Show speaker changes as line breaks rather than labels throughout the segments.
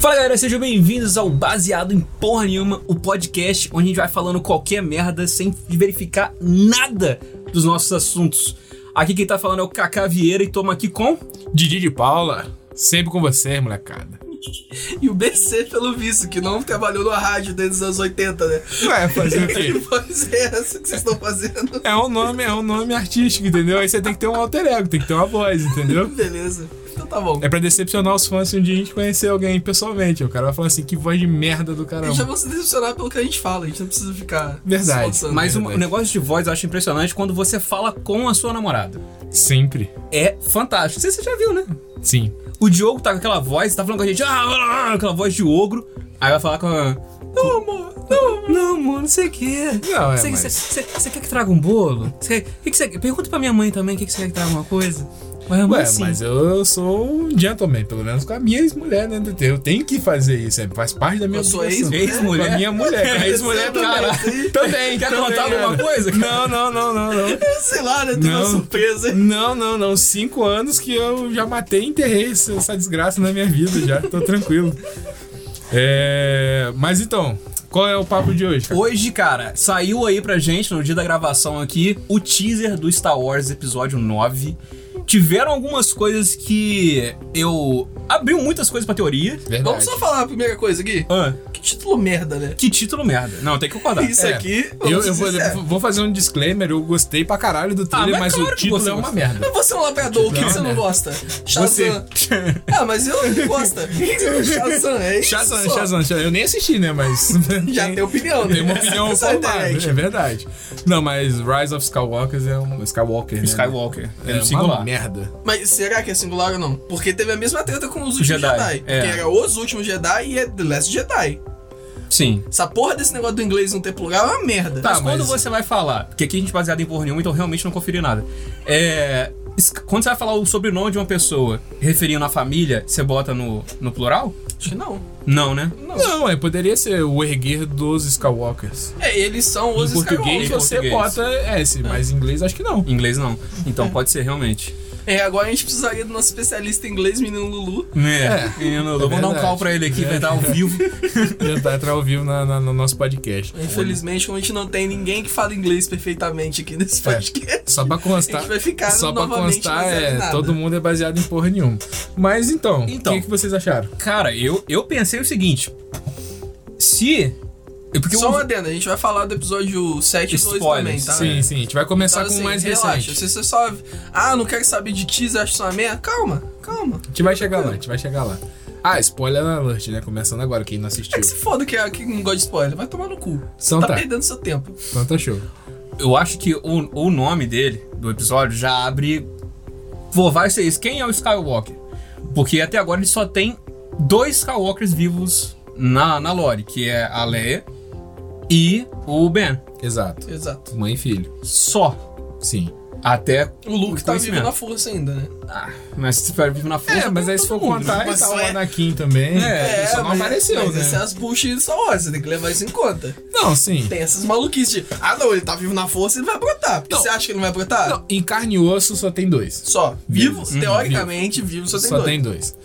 Fala galera, sejam bem-vindos ao Baseado em Porra Nenhuma, o podcast onde a gente vai falando qualquer merda sem verificar nada dos nossos assuntos. Aqui quem tá falando é o Kaká Vieira e toma aqui com.
Didi de Paula, sempre com você, molecada.
E o BC, pelo visto, que não trabalhou na rádio desde os anos 80, né?
Ué, fazer o
Que
quê?
voz é essa que vocês estão fazendo?
É um nome, é um nome artístico, entendeu? Aí você tem que ter um alter ego, tem que ter uma voz, entendeu?
Beleza. Então tá bom.
É pra decepcionar os fãs se um dia a gente conhecer alguém pessoalmente. O cara vai falar assim, que voz de merda do
A gente já
caramba.
vai se decepcionar pelo que a gente fala, a gente não precisa ficar.
Verdade.
se esforçando.
Mas um
Verdade.
negócio de voz eu acho impressionante quando você fala com a sua namorada.
Sempre.
É fantástico. Você, você já viu, né?
Sim.
O Diogo tá com aquela voz, tá falando com a gente, "Ah, ah, ah", aquela voz de ogro. Aí vai falar com a. Não, amor, não, não, amor, não sei o quê.
Não, é,
Você
mas-
você- você- você quer que traga um bolo? Você quer, que que você, pergunta pra minha mãe também o que, que você quer que traga uma coisa. Mas, assim. a mãe,
Ué,
assim?
sim.
mas eu sou um gentleman, pelo menos com a minha ex-mulher, né? Eu tenho que fazer isso, é, faz parte da minha
a sua
obrigação.
ex-mulher?
Com a minha
é,
mulher, com a ex-mulher do cara.
Também.
Também,
Quer
também,
contar alguma
cara.
coisa,
Não, não, não, não, não.
Sei lá, né? Tem uma
Não.
surpresa. hein?
Não, não, não. Cinco anos que eu já matei e enterrei essa, essa desgraça na minha vida já. Tô tranquilo. É, Mas então, qual é o papo de hoje, cara?
Hoje, cara, saiu aí pra gente, no dia da gravação aqui, o teaser do Star Wars Episódio 9. Tiveram algumas coisas que eu. abriu muitas coisas pra teoria.
Verdade.
Vamos só falar a primeira coisa aqui.
Ah,
Que título merda, né?
que título merda. Não, tem que concordar.
Isso
É.
aqui.
Eu,
vamos
eu
ser
vou,
sinceros.
vou fazer um disclaimer, eu gostei pra caralho do trailer,
Ah, mas
mas,
claro
o
que
título
você
é uma
gostou.
merda.
Mas você é um labrador, o que,
Não,
que você
né?
não gosta?
Você.
Shazam. Ah, mas eu não gosto. Shazam, é isso?
Shazam,
só.
Shazam, Shazam. Eu nem assisti, né? Mas.
Já tem opinião, né?
Tem uma opinião
Essa é a
formada,
internet.
é verdade. Não, mas Rise of Skywalker é um Skywalker, né?
Skywalker.
É
um
uma
singular.
merda.
Mas será que é singular ou não? Porque teve a mesma treta com os últimos
Jedi,
Jedi.
é.
Que era os últimos Jedi e é The Last Jedi.
Sim.
Essa porra desse negócio do inglês não ter plural é uma merda.
Mas,
Tá,
quando
mas-
você vai falar, porque aqui a gente é baseado em porra nenhuma, então eu realmente não conferi nada. É. es- Quando você vai falar o sobrenome de uma pessoa referindo à família, você bota no, no plural?
Acho que não.
Não, né?
Não, é, poderia ser o erguer dos Skywalkers.
É, eles são os
em português
Skywalker.
você
português.
bota S, mas em inglês acho que não.
Em inglês não. Então pode ser realmente.
É, agora a gente precisaria do nosso especialista em inglês, menino Lulu.
É.
É.
menino, eu vou dar um
verdade.
call pra ele aqui, vai
É.
dar ao vivo.
Tentar entrar tá, ao vivo na- na- no nosso podcast.
Infelizmente, como a gente não tem ninguém que fala inglês perfeitamente aqui nesse
É.
podcast.
Só pra
A
constar.
gente vai ficar
Só pra
novamente
constar,
baseado em
é,
nada.
todo mundo é baseado em porra nenhuma. Mas então, o
Então.
que, que vocês acharam?
Cara, eu, eu pensei o seguinte. Se. eu- Porque
Só
eu-
um
uma adenda, a gente vai falar do episódio 7 e 2
Spoilers,
também, tá?
sim, sim, a gente vai começar
Então,
com
assim,
o mais
relaxa.
recente.
Se você só. Ah, não quero saber de teaser, acho isso uma merda. Calma, calma.
A gente vai chegar lá, a gente vai chegar lá. Ah, spoiler alert, né? Começando agora, quem não
É
assistiu.
que se foda que, é- que não gosta de spoiler, vai tomar no cu. Você
Então
tá,
tá.
perdendo seu tempo.
Então tá show.
eu acho que o, o nome dele, do episódio, já abre. Pô, vai ser isso. Quem é o Skywalker? Porque até agora ele só tem dois Skywalkers vivos na, na lore, que é a Leia e o Ben.
Exato.
Exato.
Mãe e filho.
Só.
Sim.
Até
O
Então
Luke tá vivo
conhecimento.
na força ainda, né?
Ah, mas se for vivo na força.
É, mas aí se for contar,
Mas
tá
só
o
é-
Anakin também.
É,
ele só não
mas-
apareceu,
mas
né?
Essas as buchas de Star Wars, você tem que levar isso em conta.
Não, sim.
Tem essas maluquices de, ah não, ele tá vivo na força, ele vai brotar. Porque
Não.
você acha que ele não vai brotar?
Não, em carne e osso só tem dois.
Só. Vivo,
Vivo. Uhum,
teoricamente, vivo, só tem dois.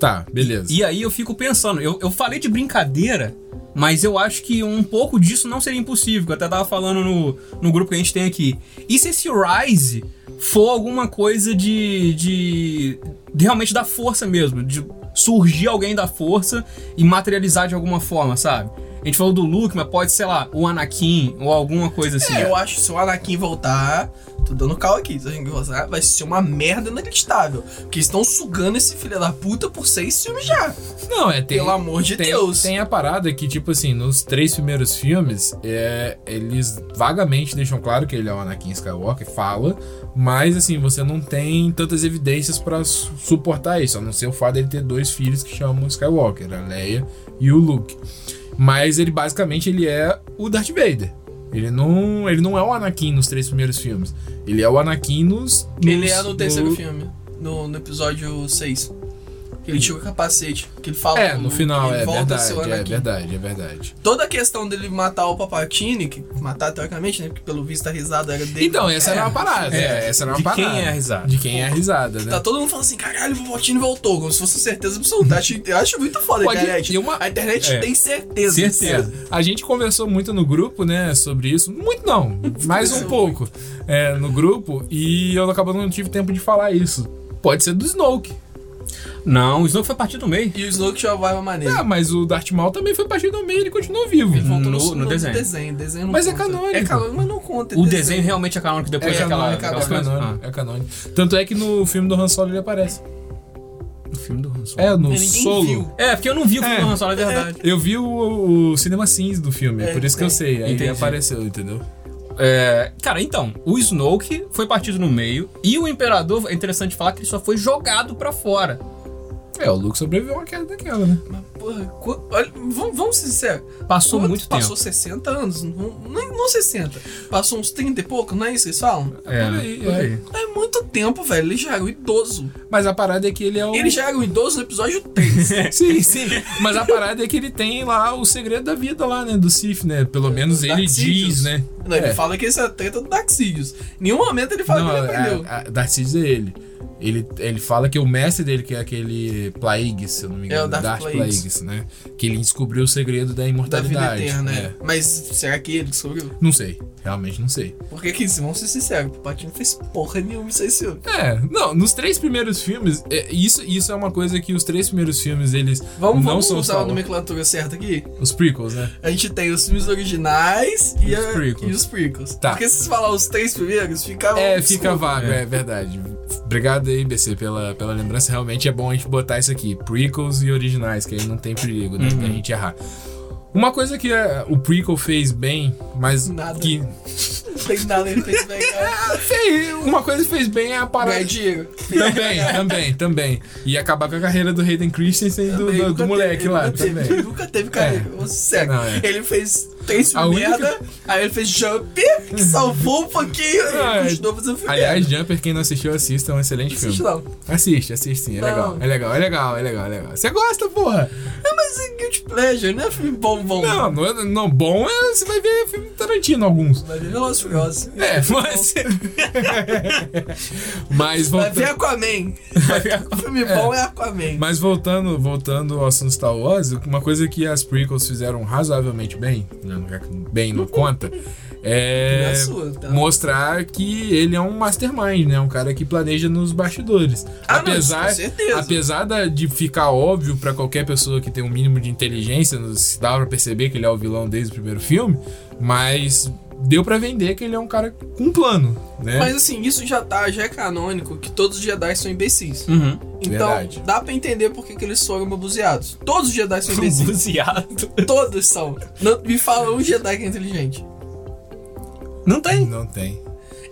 Tá, beleza.
E aí eu fico pensando, eu, eu falei de brincadeira, mas eu acho que um pouco disso não seria impossível. que Eu até tava falando no, no grupo que a gente tem aqui. E se esse Rise for alguma coisa de. de. de realmente da força mesmo, de surgir alguém da força e materializar de alguma forma, sabe? A gente falou do Luke, mas pode, sei lá, o Anakin ou alguma coisa assim.
É, eu acho que se o Anakin voltar, tô dando cal aqui, se o Anakin voltar, vai ser uma merda inacreditável. Porque eles estão sugando esse filho da puta por seis filmes já.
Não, é, tem,
Pelo amor de
tem,
Deus.
Tem a parada que, tipo assim, nos três primeiros filmes, é, eles vagamente deixam claro que ele é o Anakin Skywalker, fala, mas assim, você não tem tantas evidências pra su- suportar isso, a não ser o fato dele ter dois filhos que chamam Skywalker, a Leia e o Luke. Mas ele basicamente ele é o Darth Vader. Ele não, ele não é o Anakin nos três primeiros filmes. Ele é o Anakin nos.
Ele
nos-
é no terceiro filme. No, no episódio 6. Que ele tira o capacete, que ele fala.
É,
com o
no
Luke,
final,
ele
é
volta a
verdade,
ser o
é
Anakin.
verdade, é verdade.
Toda a questão dele matar o Papatini, que matar teoricamente, né? Porque pelo visto a risada era dele.
Então, essa era uma parada,
é.
é, essa era uma
De
parada.
quem é a risada?
De quem é a risada, né?
Tá todo mundo falando assim, caralho, o Votini voltou, como se fosse certeza absoluta. Acho- Eu acho muito foda
Pode-
a internet.
e uma-
A internet
É.
tem certeza.
Certeza.
A gente conversou muito no grupo, né, sobre isso. Muito não, mais um pouco é, no grupo. E eu acabando não tive tempo de falar isso. Pode ser do Snoke.
Não, o Snoke foi partido do meio.
E o Snoke já vai uma maneira.
Ah, mas o Darth Maul também foi partido do meio, ele continua vivo.
Ele voltou. no-
Voltou
no desenho.
desenho, desenho não
Mas é
conta.
canônico.
É canônico, mas não conta. é
O desenho realmente é canônico depois
É
daquela.
canônico,
É
daquelas coisas.
canônico, é canônico. Tanto é que no filme do Han Solo ele aparece.
Ah, o filme do Han Solo.
É, no
Ninguém
Solo.
viu.
É, porque eu não vi o filme
É.
do Han Solo, é verdade.
Eu vi o, o Cinema Sims do filme, é,
É,
por isso que eu
sim.
sei. Aí
Entendi.
ele apareceu, entendeu?
É, cara, então, o Snoke foi partido no meio e o Imperador, é interessante falar que ele só foi jogado pra fora.
É, o Luke sobreviveu a uma queda daquela, né?
Mas, porra, qu- olha, vamos, vamos ser sinceros.
Passou
Quanto-
muito
Passou
tempo.
60 anos, não, não, não 60. Passou uns 30 e pouco, não é isso que eles falam?
É,
por aí,
por
é.
aí.
É muito tempo, velho. Ele já era um idoso.
Mas a parada é que ele é o.
Ele já era um idoso no episódio 3.
Sim, sim. Mas a parada é que ele tem lá o segredo da vida lá, né? Do Sif, né? Pelo menos ele
Darth Sidious.
diz, né?
Não, ele
É.
fala que essa é a treta do Daxidius. Em nenhum momento ele fala
Não, é,
que ele aprendeu.
a, a Darth Sidious é ele. ele. Ele fala que o mestre dele, que é aquele Plagueis, se eu não me engano,
É, o Darth Plagueis.
né? Que ele descobriu o segredo da
da vida
imortalidade.
eterna,
é.
né? Mas será que ele descobriu?
Não sei, realmente não sei.
Porque que isso? Vamos ser sinceros, o Patinho não fez porra nenhuma isso aí, senhor.
É, não, nos três primeiros filmes, é, isso, isso é uma coisa que os três primeiros filmes, eles
Vamos,
não
vamos
são
usar a
só
nomenclatura certa aqui?
os prequels, né?
A gente tem os filmes originais e,
E os
a-
prequels.
e os prequels.
Tá.
Porque se você falar os três primeiros, fica. um
É,
obscuro.
fica vago, é. verdade. Obrigado aí, BC, pela, pela lembrança. Realmente é bom a gente botar isso aqui, prequels e originais, que aí não tem perigo, né,
Uhum.
pra gente errar. Uma coisa que é, o prequel fez bem, mas
Nada. Ah,
que...
Não tem nada, ele fez bem. cara.
Fez- Uma coisa que fez bem é a parada...
Ganhar dinheiro.
Também, também, também. E acabar com a carreira do Hayden Christensen e do,
Também,
do- do
nunca
moleque
teve,
lá
nunca teve,
também.
Nunca teve carreira. Vou ser sério.
Não, é.
Ele fez três
A
filmes
única-
merda, aí ele fez Jump, que salvou um pouquinho,
Ah,
e
é.
continuou fazendo filme.
Aliás,
merda.
Jumper, quem não assistiu, assista, é um excelente
Não assiste
filme.
não.
Assiste, assiste sim, é
Não.
legal, é legal, é legal, é legal, é legal. Você gosta, porra?
É, mas é Guilty Pleasure, não é filme bom, bom.
Não, não, é- não bom é, você vai ver filme Tarantino, alguns.
Vai ver Velozes e Furiosos.
É, mas... mas,
Vai ver
volta...
Aquaman. filme bom é Aquaman.
mas voltando, voltando ao assunto Star Wars, uma coisa que as prequels fizeram razoavelmente bem, né, já que bem não conta,
Não
é...
é sua, tá?
Mostrar que ele é um mastermind, né? Um cara que planeja nos bastidores.
Ah, não, isso
apesar,
com certeza.
apesar da- de ficar óbvio pra qualquer pessoa que tem um mínimo de inteligência, nos- se dá pra perceber que ele é o vilão desde o primeiro filme, mas deu pra vender que ele é um cara com um plano, né?
Mas assim, isso já tá, já é canônico que todos os Jedi são imbecis.
Uhum.
Então,
Verdade.
dá pra entender por que, que eles foram babuzeados. Todos os Jedi são imbecis.
Buzeado.
todos são. Não, me fala um Jedi que é inteligente.
Não tem.
Não tem.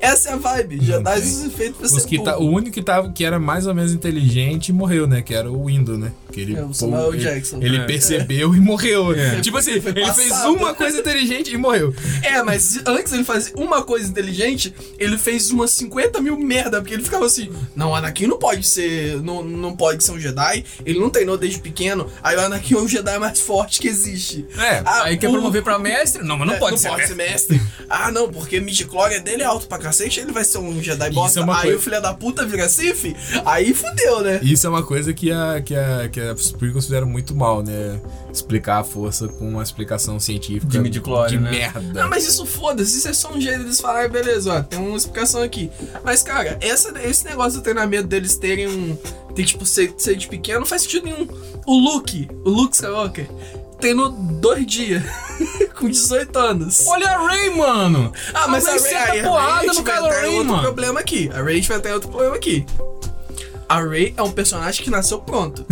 Essa é a vibe. Jedi
tem.
são feitos pra
Os
ser
que tá- o
é burro.
único que, tava, que era mais ou menos inteligente morreu, né? Que era o Window, né? Que ele,
É, o
pô,
Samuel
ele-
Jackson.
ele
É.
percebeu e morreu.
É.
Tipo assim,
Foi
ele fez
passado.
uma coisa inteligente e morreu.
É, mas antes ele fazia uma coisa inteligente, ele fez umas 50 mil merda, porque ele ficava assim, não, o Anakin não pode ser. Não, não pode ser um Jedi, ele não treinou desde pequeno, aí o Anakin é o Jedi mais forte que existe.
É,
Ah,
Aí quer
o-
promover pra mestre? Não, mas não
É,
pode
não
ser.
pode ser
mestre.
mestre. Ah, não, porque midichlorian dele é alto pra cacete, ele vai ser um Jedi
Isso
bosta.
é uma
aí
coisa.
o filho da puta vira Sif, aí fudeu, né?
Isso é uma coisa que, a, que, a, que as prequels fizeram muito mal, né? Explicar a força com uma explicação científica
De midi-chlorian,
de
né?
merda.
Não, mas isso foda-se, isso é só um jeito deles falarem, beleza, ó, tem uma explicação aqui. Mas, cara, essa- esse negócio do treinamento deles terem um. Ter, tipo, ser, ser de pequeno não faz sentido nenhum. O Luke, o Luke Skywalker, treinou dois dias, com 18 anos.
Olha a Ray, mano.
Ah, mas a
Ray
Ray,
senta
aí a
porrada
Ray
no
vai
Kylo
entrar em
Ren,
outro
mano.
problema aqui. A Ray vai ter outro problema aqui. A Ray é um personagem que nasceu pronto.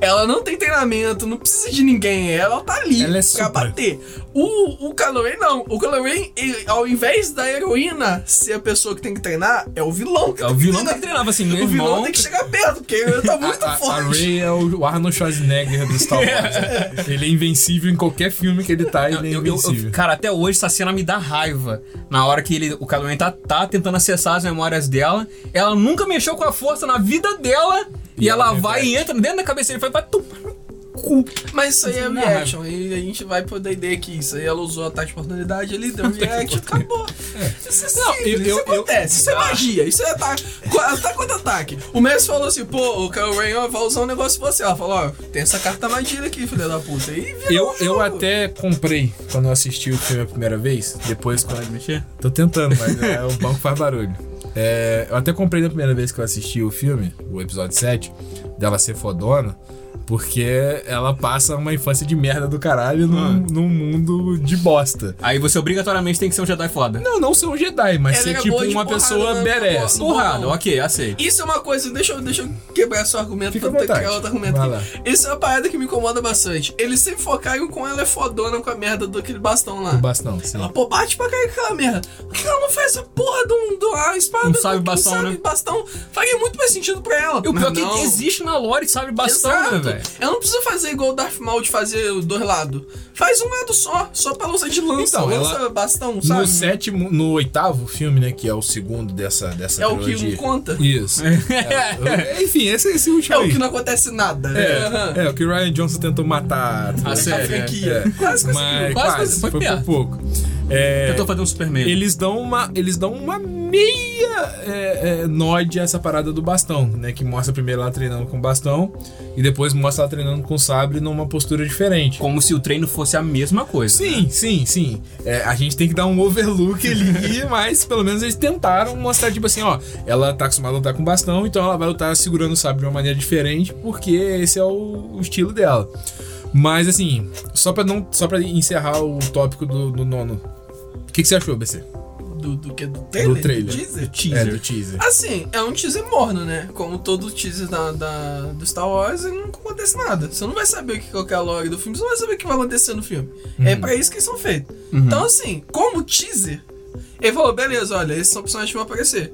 ela não tem treinamento, não precisa de ninguém. Ela tá ali
Ela é
pra
supra.
bater. O, o Kylo Ren, não. O Kylo Ren, ele, ao invés da heroína ser a pessoa que tem que treinar, é o vilão que
É,
tem
o
que
vilão tem que
treinar.
treinar, assim, meu
O vilão
irmão.
tem que chegar perto, porque ele tá muito
A, a- a
forte.
Rey é o o Arnold Schwarzenegger do Star Wars. Ele é invencível em qualquer filme que ele tá, ele é
Eu- eu- eu-
invencível.
cara, até hoje essa cena me dá raiva. Na hora que ele, o Kylo Ren tá, tá tentando acessar as memórias dela, ela nunca mexeu com a força na vida dela. E ela
é
vai e entra dentro da cabeça dele e fala, vai tomar no cu.
Mas isso aí é
Não,
reaction, e a gente vai pro D&D que isso aí ela usou ataque de oportunidade, ele deu um reaction, acabou. Isso é
Não, eu- eu-
simples, isso
eu-
acontece, isso é magia, isso é ataque, co- ataque contra ataque. O Messi falou assim, pô, o Kyle Ray ó, vai usar um negócio pra você, ela falou, ó, tem essa carta magia aqui, filha da puta, e virou
Eu,
um
eu
jogo.
até comprei quando eu assisti o filme a primeira vez. Depois, quando.
Pode mexer?
Tô tentando, mas é, o banco faz barulho. É, eu até comprei na primeira vez que eu assisti o filme, o episódio 7, dela ser fodona, porque ela passa uma infância de merda do caralho num,
Ah.
Hum.
num mundo de bosta.
Aí você obrigatoriamente tem que ser um Jedi foda.
Não, não ser um Jedi, mas
Ela
ser
era
tipo
boa de
uma
porrada,
pessoa
né?
badass.
Boa-
Porrada,
Não.
ok, aceito.
Isso é uma coisa, deixa eu, deixa eu quebrar seu argumento
Fica à
pra tentar
vontade.
criar outro argumento
Vai
aqui.
lá.
Isso é uma parada que me incomoda bastante. Eles sempre focaram com ela é fodona com a merda do aquele bastão lá.
O bastão, sim.
Ela, pô, bate pra cair aquela merda. Por que ela não faz essa porra de um, de uma espada?
Um sabre
um
bastão,
sabre
né?
bastão. Faria muito mais sentido pra ela.
E o
Mas
pior é
não.
que existe na lore, sabe? Bastão, né,
Exato.
velho?
Ela não precisa fazer igual o Darth Maul de fazer o dois lados. Faz um lado só, só pra lança de lança.
Então,
lança
ela-
bastão,
No
sabe?
sétimo, no oitavo filme, né, que é o segundo dessa, dessa
É o que
trilogia.
não conta.
Isso. É, Enfim, esse, esse último
É o
aí.
que não acontece nada. Aham.
É, é, o que o Ryan Johnson tentou matar
A série,
franquia.
É.
Quase conseguiu.
Quase
Mas, quase,
conseguiu,
foi,
foi piada.
por pouco. É,
Eu tô fazendo um Superman.
eles dão uma, eles dão uma meia é, é, nod a essa parada do bastão, né? Que mostra primeiro ela treinando com bastão e depois mostra ela treinando com sabre numa postura diferente.
Como se o treino fosse a mesma coisa.
Sim, sim, sim. É, a gente tem que dar um overlook ali, mas pelo menos eles tentaram mostrar, tipo assim, ó, ela tá acostumada a lutar com bastão, então ela vai lutar segurando o sabre de uma maneira diferente, porque esse é o, o estilo dela. Mas assim, só pra, não, só pra encerrar o tópico do, do nono. O que, que você achou, BC?
Do, do que? Do trailer?
trailer.
Teaser?
É,
Teaser.
do teaser.
Assim, é um teaser morno, né? Como todo teaser da, da- do Star Wars, não acontece nada. Você não vai saber o que qual que é a lore do filme, você não vai saber o que vai acontecer no filme. É pra isso que eles são feitos. Então, assim, como teaser, ele falou, beleza, olha, esses são personagens que vão aparecer.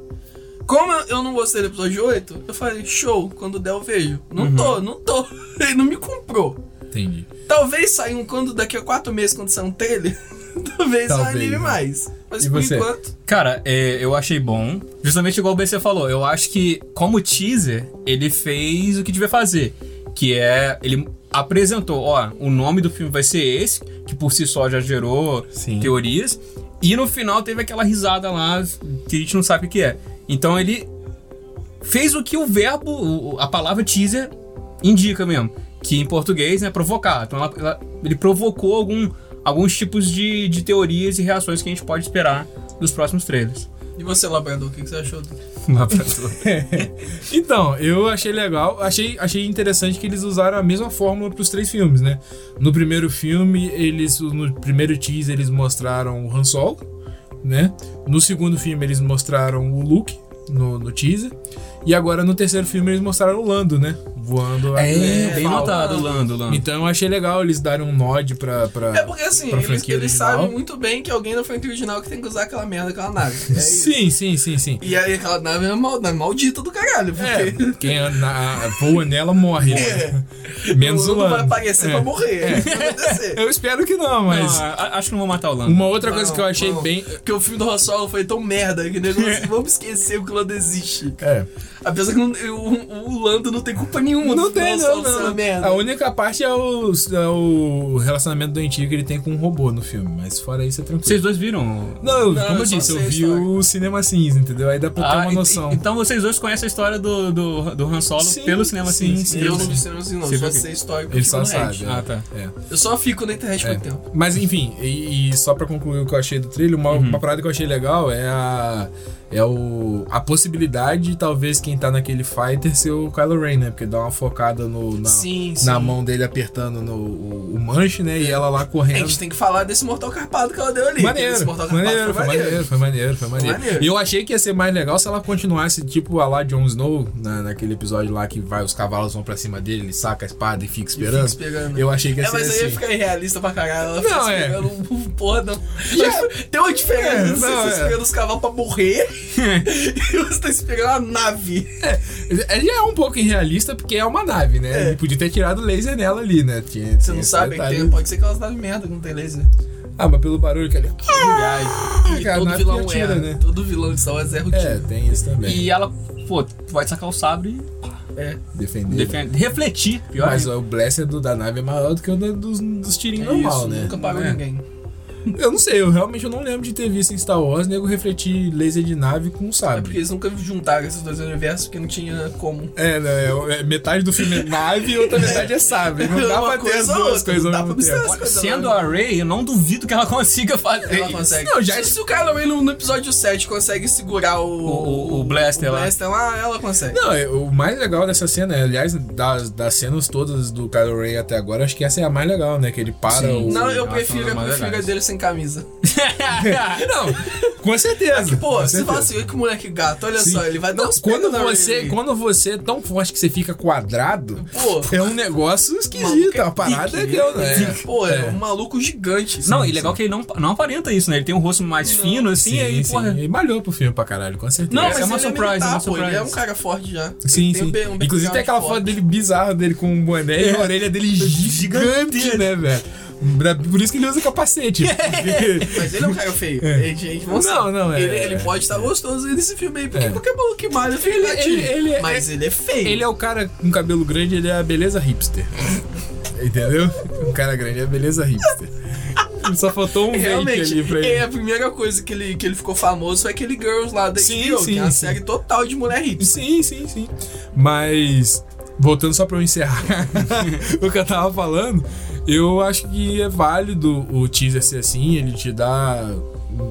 Como eu- eu não gostei do episódio 8, eu falei, show, quando der eu vejo. Não tô, não tô. Ele não me comprou.
Entendi.
Talvez saia um quando daqui a quatro meses, quando sair um trailer, talvez, eu
Talvez,
anime
né?
mais. Mas
E
por
você?
enquanto.
Cara, é, eu achei bom. Justamente igual o BC falou, eu acho que, como teaser, ele fez o que devia fazer. Que é. Ele apresentou, ó, o nome do filme vai ser esse, que por si só já gerou
Sim.
teorias. E no final teve aquela risada lá que a gente não sabe o que é. Então ele fez o que o verbo, o- a palavra teaser, indica mesmo. Que em português é provocar. Então ela- ela- ele provocou algum- alguns tipos de, de teorias e reações que a gente pode esperar dos próximos trailers.
E você, Labrador, o que que você achou? do-
Então, eu achei legal, achei, achei interessante que eles usaram a mesma fórmula para os três filmes, né? No primeiro filme, eles no primeiro teaser eles mostraram o Han Solo, né? No segundo filme eles mostraram o Luke no, no teaser e agora no terceiro filme eles mostraram o Lando, né? Voando. a-
É,
É,
bem
fala.
notado, Lando, Lando.
Então eu achei legal eles darem um nod pra. pra...
É porque assim,
pra
eles,
franquia
eles
original.
sabem muito bem que alguém da franquia original que tem que usar aquela merda, aquela nave. É isso.
Sim, sim, sim, sim.
E aí aquela nave é mal, é maldita do caralho,
É,
porque
quem anda- voa nela morre. né? Menos o
É. o mundo vai
Lando.
aparecer
É.
pra morrer. É. isso que vai acontecer.
Eu espero que não, mas.
Não, a- acho que não vou matar o Lando.
Uma outra coisa que eu
Não,
achei
não.
bem.
Porque o filme do Han Solo foi tão merda que negócio assim, vamos esquecer que o Lando existe.
É.
Apesar que não- o, o Lando não tem culpa nenhuma
Não
do
tem,
Han
não,
Solo ser
não.
uma merda.
A única parte é o, é o relacionamento doentio que ele tem com um robô no filme, mas fora isso é tranquilo.
Vocês dois viram?
Não, eu-
Não,
como eu
eu só
disse, eu
sei a
vi
história.
o Cinema Sims, entendeu? Aí dá pra ter
Ah,
uma
e-
noção.
e- então vocês dois conhecem a história do, do, do Han Solo
Sim,
pelo cinema,
sim,
sim.
sim.
Eu não vi cinema assim, não.
Você
Só
viu que-
sei histórico.
Ele só sabe.
Ah, tá.
É.
Eu só fico na internet por
É.
muito tempo.
Mas enfim, e, e só pra concluir o que eu achei do trilho, uma, uma parada que eu achei legal é a. É o, a possibilidade de talvez quem tá naquele fighter ser o Kylo Ren, né? Porque dá uma focada no, na,
Sim, sim.
na mão dele apertando no, o, o manche, né? E ela lá
A
correndo.
gente tem que falar desse Mortal Carpado que ela deu ali. Esse
Maneiro,
Mortal Carpado
maneiro,
foi
foi maneiro, foi maneiro, foi maneiro.
Maneiro.
E eu achei que ia ser mais legal se ela continuasse, tipo, a lá Jon Snow, na, naquele episódio lá que vai, os cavalos vão pra cima dele, ele saca a espada e fica esperando.
fica esperando.
Eu achei que ia
É,
ser
mas aí ia
assim.
ficar irrealista pra caralho. Ela fica
Não, é.
esperando um- um porra, não. Mas Tem uma
É, não,
diferença. você
é.
tá esperando os cavalos pra morrer e você tá esperando a nave.
É, já é um pouco irrealista, porque é uma nave, né? Ele podia ter tirado laser nela ali, né? Tinha-
Você
tinha
não
esse
sabe, que
detalhe.
tem, pode ser que elas naves merda que não tem laser.
tá Ah, mas pelo barulho que ele...
Ai, e
cara,
todo
nave
vilão é,
atira,
erra.
né?
Todo vilão de Star Wars erra o
É,
tiro.
tem isso também.
E ela, pô, vai sacar o sabre.
É.
defender. né?
Defen- Refletir, pior.
Mas
ainda.
ó, o Blesser do, da nave é maior do que o da- dos, dos tirinhos
É
normal,
isso,
né?
nunca parou
É.
ninguém.
Eu não sei, eu realmente eu não lembro de ter visto em Star Wars nego refletir laser de nave com
É porque
sabre.
eles nunca juntaram esses dois universos porque não tinha como.
É, né? é- é metade do filme é nave e outra metade é sabre. Não dá
Uma
pra ter as
coisa ou
duas
outra,
coisas
não dá
ao mesmo
pra
tempo.
misturar. coisas
Sendo
lá.
a Ray, eu não duvido que ela consiga fazer.
Ela
isso.
consegue.
É, Não, já-
se, se o Kylo Ren no, no episódio 7 consegue segurar o,
o- o blaster lá.
lá, ela consegue.
Não, é- o mais legal dessa cena, é, aliás, das, das cenas todas do Kylo Ren até agora, acho que essa é a mais legal, né? Que ele para
Sim.
o...
Não, eu
Nossa,
prefiro,
não,
eu
mas é
prefiro a
nice.
dele sem camisa.
Não, com certeza.
é Pô,
com
você
certeza.
fala assim, olha que moleque gato, olha
Sim.
só, ele vai dar
Não,
uns
quando
pega na
você,
Ray.
quando você é tão forte que você fica quadrado,
Pô,
é um negócio esquisito.
Maluco, é
a parada é
pique,
que eu, né?
pô, é.
É.
um maluco gigante. assim.
Não, e legal que ele não, não aparenta isso, né? Ele tem um rosto mais
Não.
fino, assim,
Sim,
e aí,
sim.
porra.
Ele malhou pro filme pra caralho, com certeza.
Não, mas-
ele
é uma surprise,
militar,
é uma
pô, Ele é um
surprise.
cara forte já.
Sim,
Ele tem
sim.
um be- um
Inclusive tem
background
aquela foto
forte. É.
dele bizarra dele com um boné e a orelha dele gigante, né, velho? Pra- Por isso que ele usa capacete.
É.
porque-
Mas ele é um cara feio. É. Gente, vamos
Não,
ser-
não, é-
Ele, ele pode estar gostoso nesse filme aí, porque
É.
qualquer maluco que malha fica
Ele-
gatinho.
ele- ele é-
Mas ele é feio.
Ele é o cara com cabelo grande, ele é a beleza hipster. Entendeu? Um cara grande é a beleza hipster. Ele Só faltou um vape
Realmente,
ali pra
é
ele.
a primeira coisa que ele, que ele ficou famoso foi aquele Girls lá da
Sim,
HBO, que
sim,
é uma
sim.
série total de mulher hipster.
Sim, sim, sim. Mas, voltando só pra eu encerrar o que eu tava falando, eu acho que é válido o teaser ser assim, ele te dá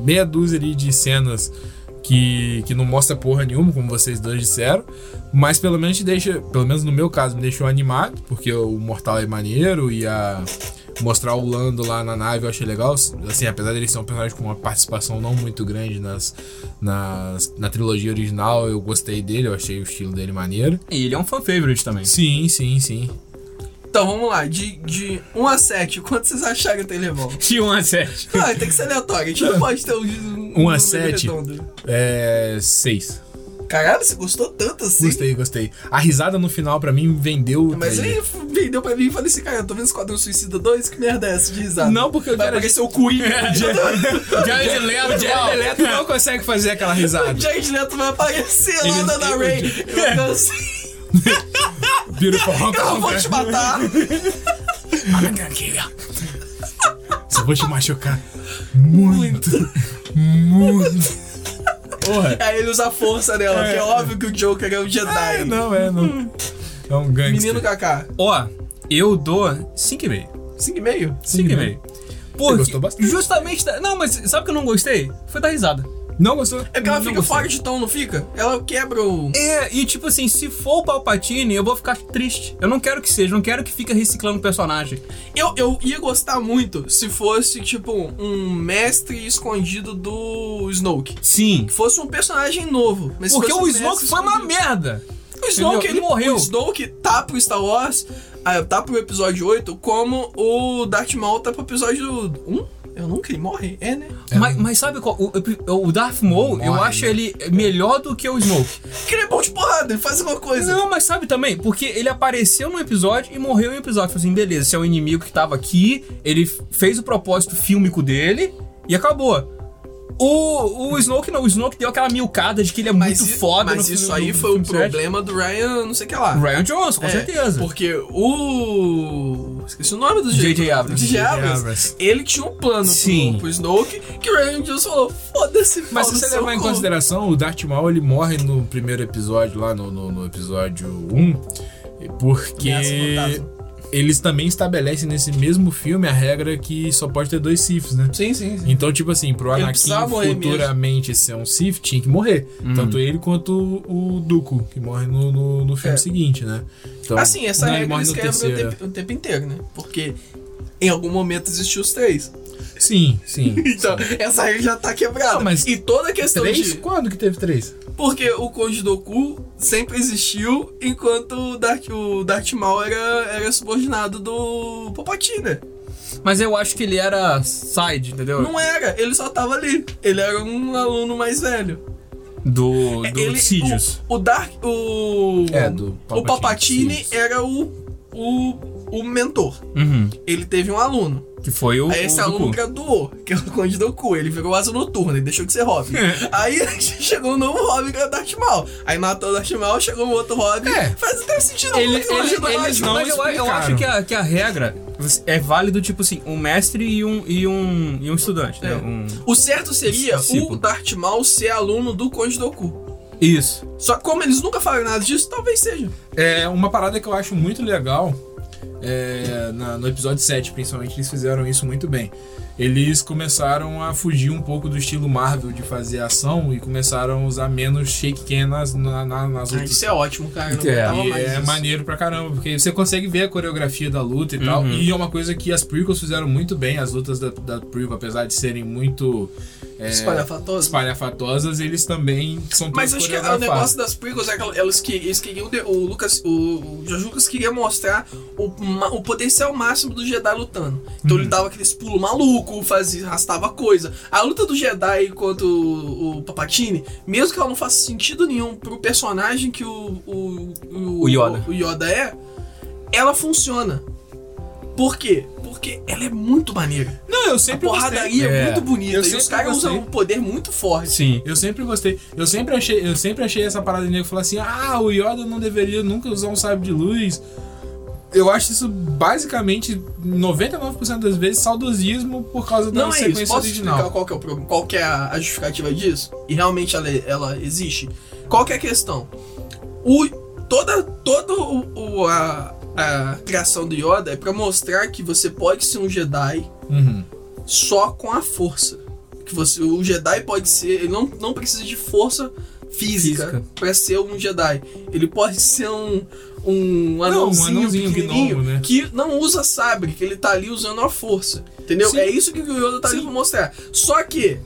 meia dúzia ali de cenas que, que não mostra porra nenhuma, como vocês dois disseram, mas pelo menos te deixa, pelo menos no meu caso, me deixou animado, porque o Mortal é maneiro e a. Mostrar o Lando lá na nave eu achei legal. Assim, apesar dele ser um personagem com uma participação não muito grande nas, nas, na trilogia original, eu gostei dele, eu achei o estilo dele maneiro.
E ele é um fan favorite também.
Sim, sim, sim.
Então vamos lá, de, de 1 a 7, quanto vocês acharam que ele levou?
T1 a 7.
Ah, tem que ser aleatório, a gente não pode ter um. um
Um a
número
sete.
redondo.
É. 6.
Caralho, você gostou tanto assim?
Gostei, gostei. A risada no final pra mim vendeu. o
Mas
trailer.
ele vendeu pra mim e falei assim, cara, eu tô vendo Esquadrão Suicida 2, que merda é essa de risada?
Não, porque o
Vai
Jared,
aparecer o Coringa.
É.
Jared Leto,
o Jared Leto não consegue fazer aquela
O
risada.
Jared Leto vai aparecer
Ele-
lá na da
ele-
Ray.
É.
Eu cansei,
Beautiful Hong
eu
Kong.
vou te matar.
Só vou te machucar muito. Muito. Porra.
Aí ele usa a força dela,
É.
que é óbvio que o Joker é um Jedi.
É, não, é, não. É um gangster.
Menino Kaká.
Ó, eu dou 5,5.
5,5?
Cinco e meio.
5,5. Porque
gostou bastante.
justamente. da- Não, mas sabe o que eu não gostei? Foi da risada.
Não gostou?
É porque ela
Não
fica
gostei.
fora de tom, não fica? Ela quebra o.
É, e tipo assim, se for o Palpatine, eu vou ficar triste. Eu não quero que seja, não quero que fique reciclando o personagem.
Eu, eu ia gostar muito se fosse, tipo, um mestre escondido do Snoke.
Sim.
Fosse um personagem novo. Mas se
Porque
fosse
o
um
Snoke
mestre
foi uma
escondido.
merda.
O Snoke,
Entendeu?
ele
Ele morreu.
O Snoke tá pro Star Wars, ah, tá pro episódio 8, como o Darth Maul tá pro episódio 1? Eu nunca, ele morre? É, né?
É.
Mas, mas sabe qual? O, o Darth Maul, eu
Morre,
acho
né?
ele melhor do que o Snoke.
Porque ele é bom de porrada, ele faz alguma coisa.
Não, mas sabe também? Porque ele apareceu num episódio e morreu em um episódio. Falei assim, beleza, esse é o inimigo que tava aqui, ele f- fez o propósito fílmico dele e acabou. O, o Snoke não, o Snoke deu aquela milcada de que ele é
mas
muito
i-
foda
Mas
no
isso
filme-
aí
no
foi o
filme sete.
problema do Ryan, não sei o que lá.
Ryan Johnson, com
É,
certeza.
Porque o. Esqueci o nome do
J.J.
diretor.
Abrams.
J.J.
J.J.
Abrams.
Abrams.
Ele tinha um plano
Sim.
Pro, pro Snoke que o Ryan Johnson falou: foda-se,
Mas
pau
se
no
você
seu
levar em
cu.
consideração, o Darth Maul ele morre no primeiro episódio, lá no, no- no episódio 1, porque
Ameaça fantasma.
eles também estabelecem nesse mesmo filme a regra que só pode ter dois Siths, né?
Sim, sim, sim.
Então, tipo assim, pro
Ele
Anakin
precisava morrer
futuramente ser um Sith, tinha que morrer. Tanto ele quanto o Dooku, que morre no, no- no filme
É.
seguinte, né? Então,
Assim, essa
não, ele
regra
morre
eles
no
quebram o
terceiro.
tempo, o tempo inteiro, né? Porque em algum momento existiu os três.
Sim, sim.
Então, essa regra já tá quebrada.
Não, mas
E toda a questão
Três?
de.
Quando que teve três?
Porque o Conde Doku sempre existiu, enquanto o Darth, o Darth Maul era, era subordinado do né? Popatina.
Mas eu acho que ele era side, entendeu?
Não é- era, ele só tava ali. Ele era um aluno mais velho.
Do, do
É, ele,
Sidious.
O, o Dark. O.
É, do
O
Palpatine
Palpatine
Sidious.
era o. O o mentor.
Uhum.
Ele teve um aluno.
Que foi o.
Aí esse
o do
aluno
cu.
graduou, que é o Conde do Cu. Ele virou asa noturna e deixou de ser Robin.
É.
Aí chegou um novo Robin que era Darth Maul. Aí matou o Darth Maul, chegou um outro Robin.
É.
Faz até sentido
Ele-
muito,
ele-
imagina,
eles
Darth
não
Maul.
Mas eu, eu
explicaram.
acho que a, que a regra é válido, tipo assim, um mestre e um, e um, e um estudante, né?
É.
Um-
O certo seria
Discípulo.
o Darth Maul ser aluno do Conde do Cu.
Isso.
Só que como eles nunca falaram nada disso, talvez seja.
É uma parada que eu acho muito legal. é, na- no episódio 7, principalmente, eles fizeram isso muito bem. Eles começaram a fugir um pouco do estilo Marvel de fazer ação e começaram a usar menos shake can nas, na- na- nas
Ah,
lutas.
isso é ótimo, cara. Eu não
É,
aguentava
E
mais
é
isso.
maneiro pra caramba, porque você consegue ver a coreografia da luta e tal.
Uhum.
E é uma coisa que as prequels fizeram muito bem, as lutas da, da prequel, apesar de serem muito é,
Espalhafatoso.
espalhafatosas, eles também são
Mas
todos
eu acho que é o
coreografados.
negócio das prequels é que elas que, eles queriam. de- O Lucas. O, o George Lucas queria mostrar o, ma- o potencial máximo do Jedi lutando. Então
Uhum.
ele dava aqueles pulos maluco, fazia, arrastava coisa. A luta do Jedi contra o, o Papatini, mesmo que ela não faça sentido nenhum pro personagem que o. O,
O Yoda.
o Yoda é, ela funciona. Por quê? Porque ela é muito maneira.
Não, eu
A
sempre gostei.
porradaria é,
É.
muito bonita.
Eu
E os
sempre
caras usam um
gostei.
poder muito forte.
Sim.
Eu sempre gostei. Eu sempre achei, eu sempre achei essa parada de nego falar assim: "Ah, o Yoda não deveria nunca usar um sabre de luz". Eu acho isso basicamente 99% das vezes saudosismo por causa da
Não é
sequência
isso. Posso explicar
original.
qual que é o problema, qual que é a a justificativa disso? E realmente ela, ela existe. Qual que é a questão? O toda toda o, o- a, a criação do Yoda é pra mostrar que você pode ser um Jedi
Uhum.
só com a força. Que você o Jedi pode ser, ele não, não precisa de força física,
Física.
pra ser um Jedi. Ele pode ser um um anãozinho,
anãozinho,
pequenininho
gnomo, né?
que não usa sabre, que ele tá ali usando a força. Entendeu?
Sim.
É isso que o Yoda tá ali
Sim.
pra mostrar. Só que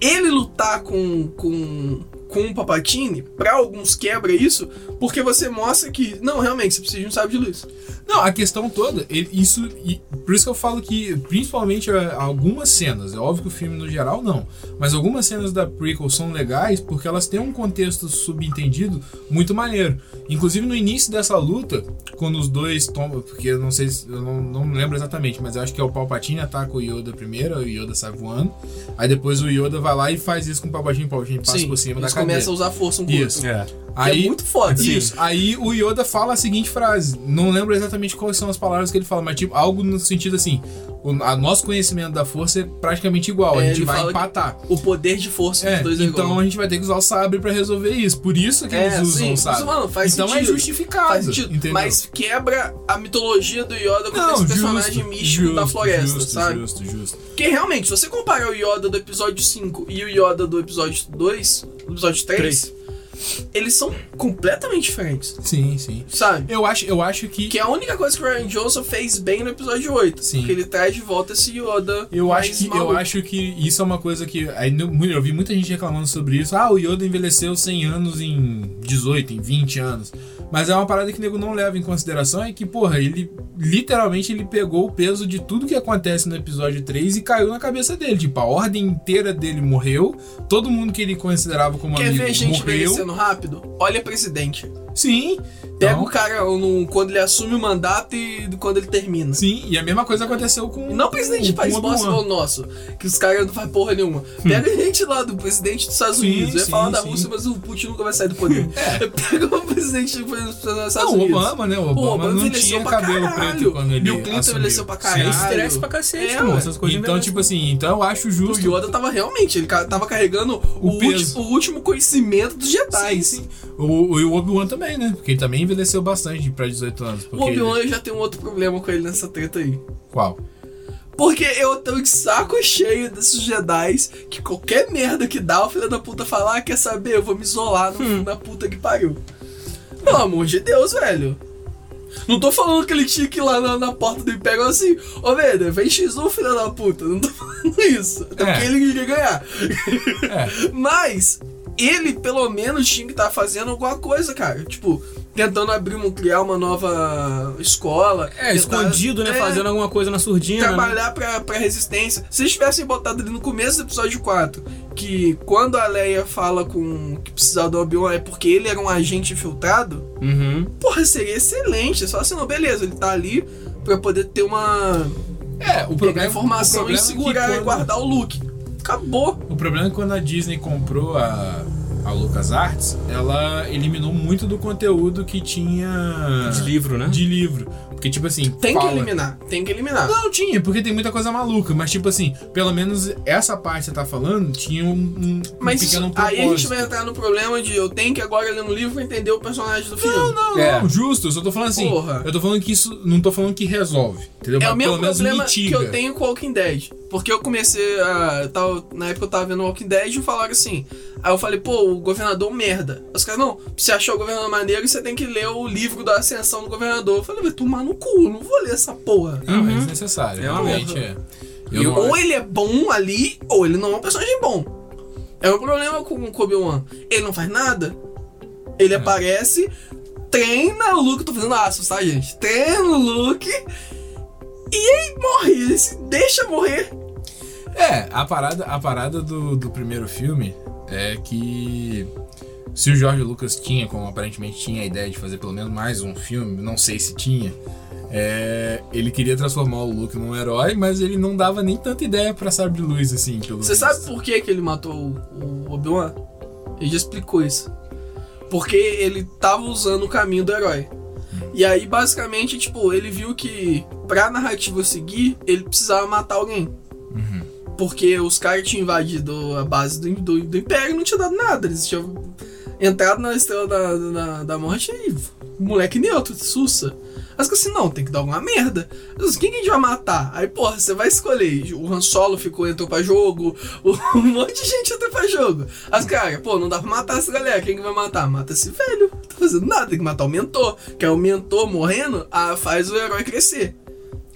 ele lutar com com com o Papatini, pra alguns quebra isso, porque você mostra que não, realmente, você precisa de um sabre de luz.
Não, a questão toda, ele- isso. e por isso que eu falo que, principalmente é, algumas cenas, é óbvio que o filme no geral não, mas algumas cenas da prequel são legais porque elas têm um contexto subentendido muito maneiro. Inclusive no início dessa luta, quando os dois tomam. Porque eu não sei, se- eu não, não lembro exatamente, mas eu acho que é o Palpatine ataca o Yoda primeiro, o Yoda sai voando, aí depois o Yoda vai lá e faz isso com o Palpatine, o Palpatine passa por cima da
eles
cabeça.
começam a usar força um com o
Isso.
outro.
É.
que é muito foda.
Sim.
Isso. Aí o Yoda fala a seguinte frase. Não lembro exatamente quais são as palavras que ele fala, mas tipo, algo no sentido assim. O a nosso conhecimento da força é praticamente igual.
É,
a gente
ele
vai
fala que-
empatar.
O poder de força
É,
dos dois é igual.
então a gente vai ter que usar o sabre pra resolver isso. Por isso que
É,
eles usam
sim.
o sabre.
Mano, faz
então é
sentido.
justificado.
Faz sentido,
entendeu?
mas quebra a mitologia do Yoda com
Não,
esse
justo,
personagem místico
justo,
da floresta,
justo,
sabe?
Justo, justo.
Porque realmente, se você comparar o Yoda do episódio 5 e o Yoda do episódio 2, do episódio 3, eles são completamente diferentes,
Sim, sim.
sabe?
Eu acho, eu acho que.
Que é a única coisa que o Ryan Johnson fez bem no episódio 8.
Sim.
Porque ele traz de volta esse Yoda.
Eu
mais
acho, que, eu
maluco.
acho que isso é uma coisa que. aí no- mu- Eu vi muita gente reclamando sobre isso. Ah, o Yoda envelheceu 100 anos em 18, em 20 anos. Mas é uma parada que o nego não leva em consideração. É que, porra, ele literalmente ele pegou o peso de tudo que acontece no episódio 3 e caiu na cabeça dele. Tipo, a ordem inteira dele morreu. Todo mundo que ele considerava como
Quer
amigo
ver gente
morreu.
envelhecendo É rápido? Olha presidente.
Sim.
Pega
Então,
o cara no- quando ele assume o mandato e quando ele termina.
sim. E a mesma coisa aconteceu com.
Não presidente de
com
país
o
bosta
Obi-Wan.
igual o nosso, que os caras não fazem porra nenhuma. Pega a gente lá do presidente dos Estados
Hum. Sim,
Unidos, vai
sim,
falar da
sim. É.
Rússia, mas o Putin nunca vai sair do poder. Pega o presidente do- dos Estados
Não, o
Unidos.
Obama, né? O
Pô,
Obama, não
envelheceu
tinha
pra
cabelo
caralho.
preto quando ele.
Bill Clinton
assumiu.
envelheceu pra
Sim.
É
caralho.
estresse pra cacete,
É,
mano.
ué.
Essas coisas
Então,
envelhecem.
tipo assim, então eu acho
O
justo.
Yoda tava realmente, ele ca- tava carregando o, ulti-
peso.
o último conhecimento dos
Sim,
Jedi.
sim. O, o, e o Obi-Wan também, né? Porque ele também envelheceu bastante pra 18 anos.
O
Porque
Obi-Wan eu já tenho um outro problema com ele nessa treta aí.
ele- Qual?
Porque eu tô de saco cheio desses Jedi que qualquer merda que dá, o filho da puta fala, ah, quer saber? Eu vou me isolar
Hum.
no, na puta que pariu. Pelo amor de Deus, velho. Não tô falando que ele tinha que ir lá na, na porta do Império assim, ô Vader, vem X1, filho da puta. Não tô falando isso. Até
É.
porque ele iria ganhar.
É.
Mas ele, pelo menos, tinha que estar fazendo alguma coisa, cara. Tipo, tentando abrir, um, criar uma nova escola.
É,
tentar-
escondido, né?
É
Fazendo alguma coisa na surdina. né?
trabalhar pra, pra resistência. Se eles tivessem botado ali no começo do episódio 4, que quando a Leia fala com que precisava do Obi-Wan é porque ele era um agente infiltrado,
Uhum.
porra, seria excelente. Só assim, não, beleza, ele tá ali pra poder ter uma.
É, o
pegar
problema,
informação
o
e
problema é que
segurar e
quando-
guardar o look. Acabou.
O problema é que quando a Disney comprou a, a LucasArts, ela eliminou muito do conteúdo que tinha
De livro, né?
de livro. Porque, tipo assim,
Tem
fala-
que eliminar, tem que eliminar.
Não, tinha, porque tem muita coisa maluca, mas tipo assim, pelo menos essa parte que você tá falando tinha um, um
Mas
um
isso-
pequeno
aí a gente
propósito.
vai entrar no problema de eu tenho que agora ler um livro pra entender o personagem do filme.
Não, não,
É.
não, justo, eu só tô falando assim,
Porra.
eu tô falando que isso, não tô falando que resolve, entendeu?
É
Mas
o mesmo
pelo menos
problema que
mitiga.
eu tenho com Walking Dead. Porque eu comecei a. tal- na época eu tava vendo Walking Dead e falaram assim. Aí eu falei, pô, o governador é um merda. Os caras, não, se você achou o governador maneiro, você tem que ler o livro da ascensão do governador. Eu falei, vai tomar no cu, não vou ler essa porra.
Não, é
Uhum.
desnecessário,
É uma
realmente é. Eu não
Ou
acho.
ele é bom ali, ou ele não é um personagem bom. É o problema com o Kobe Wan. Ele não faz nada.
É.
Ele aparece, treina o Luke, tô fazendo aspas, tá, gente? Treina o Luke e aí morre. Ele se deixa morrer.
É, a parada, a parada do, do primeiro filme é que se o Jorge Lucas tinha, como aparentemente tinha a ideia de fazer pelo menos mais um filme, não sei se tinha, é, ele queria transformar o Luke num herói, mas ele não dava nem tanta ideia pra Sabre de Luz, assim, pelo
Você
visto.
sabe por que, que ele matou o o Obi-Wan? Ele já explicou isso. Porque ele tava usando o caminho do herói. E aí, basicamente, tipo, ele viu que pra narrativa seguir, ele precisava matar alguém. Porque os caras tinham invadido a base do, do, do Império e não tinha dado nada. Eles tinham entrado na Estrela da, da, da Morte e moleque neutro, sussa. Aí você assim, não, tem que dar alguma merda. Eu disse, Quem que a gente vai matar? Aí, porra, você vai escolher. O Han Solo ficou, entrou pra jogo. Um monte de gente entrou pra jogo. As caras, "Ah, pô, não dá pra matar essa galera. Quem que vai matar? Mata esse velho. Não tá fazendo nada, tem que matar o mentor. Que é o mentor morrendo, ah, faz o herói crescer.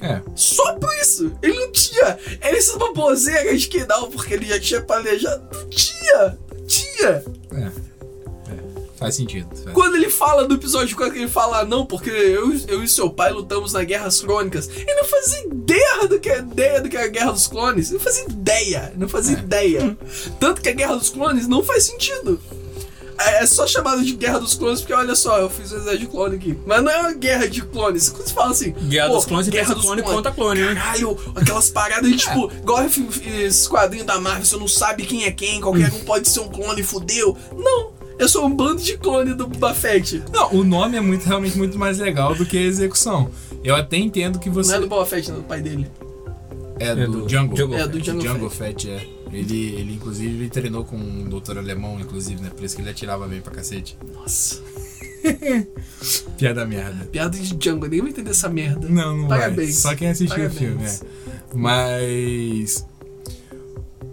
É,
Só por isso. Ele não tinha. Ele só baboseira de que não, porque ele já tinha planejado. Não tinha. Não tinha.
é, é. Faz sentido.
né?
faz-
Quando ele fala do episódio 4, que ele fala, "Ah, não, porque eu, eu e seu pai lutamos na Guerras Crônicas. Ele não fazia ideia do que, ideia do que é a Guerra dos Clones. Ele não fazia ideia. Não fazia
É.
ideia. Tanto que a Guerra dos Clones não faz sentido. É é só chamada de Guerra dos Clones, porque olha só, eu fiz o exército de clone aqui. Mas não é uma guerra de clones. Quando você fala assim,
Guerra
pô,
dos Clones e
Guerra
Guerra
dos
Clone
Clones.
contra Clone, né?
Caralho, aquelas paradas de tipo, igual esses quadrinhos da Marvel, você não sabe quem é quem, qualquer um pode ser um clone, fudeu. Não, eu sou um bando de clone do Buffett.
Não, o nome é muito, realmente muito mais legal do que a execução. Eu até entendo que você.
Não é do Boba Fett, não, do pai dele.
É do, Django.
Django
É do Django
Fett, é. Ele, ele, inclusive, ele treinou com um doutor alemão, inclusive, né? Por isso que ele atirava bem pra cacete.
Nossa,
Piada merda.
piada de Django, nem vou entender essa merda.
Não, não vai.
Parabéns.
Só quem assistiu
Parabéns.
o filme, é. Mas...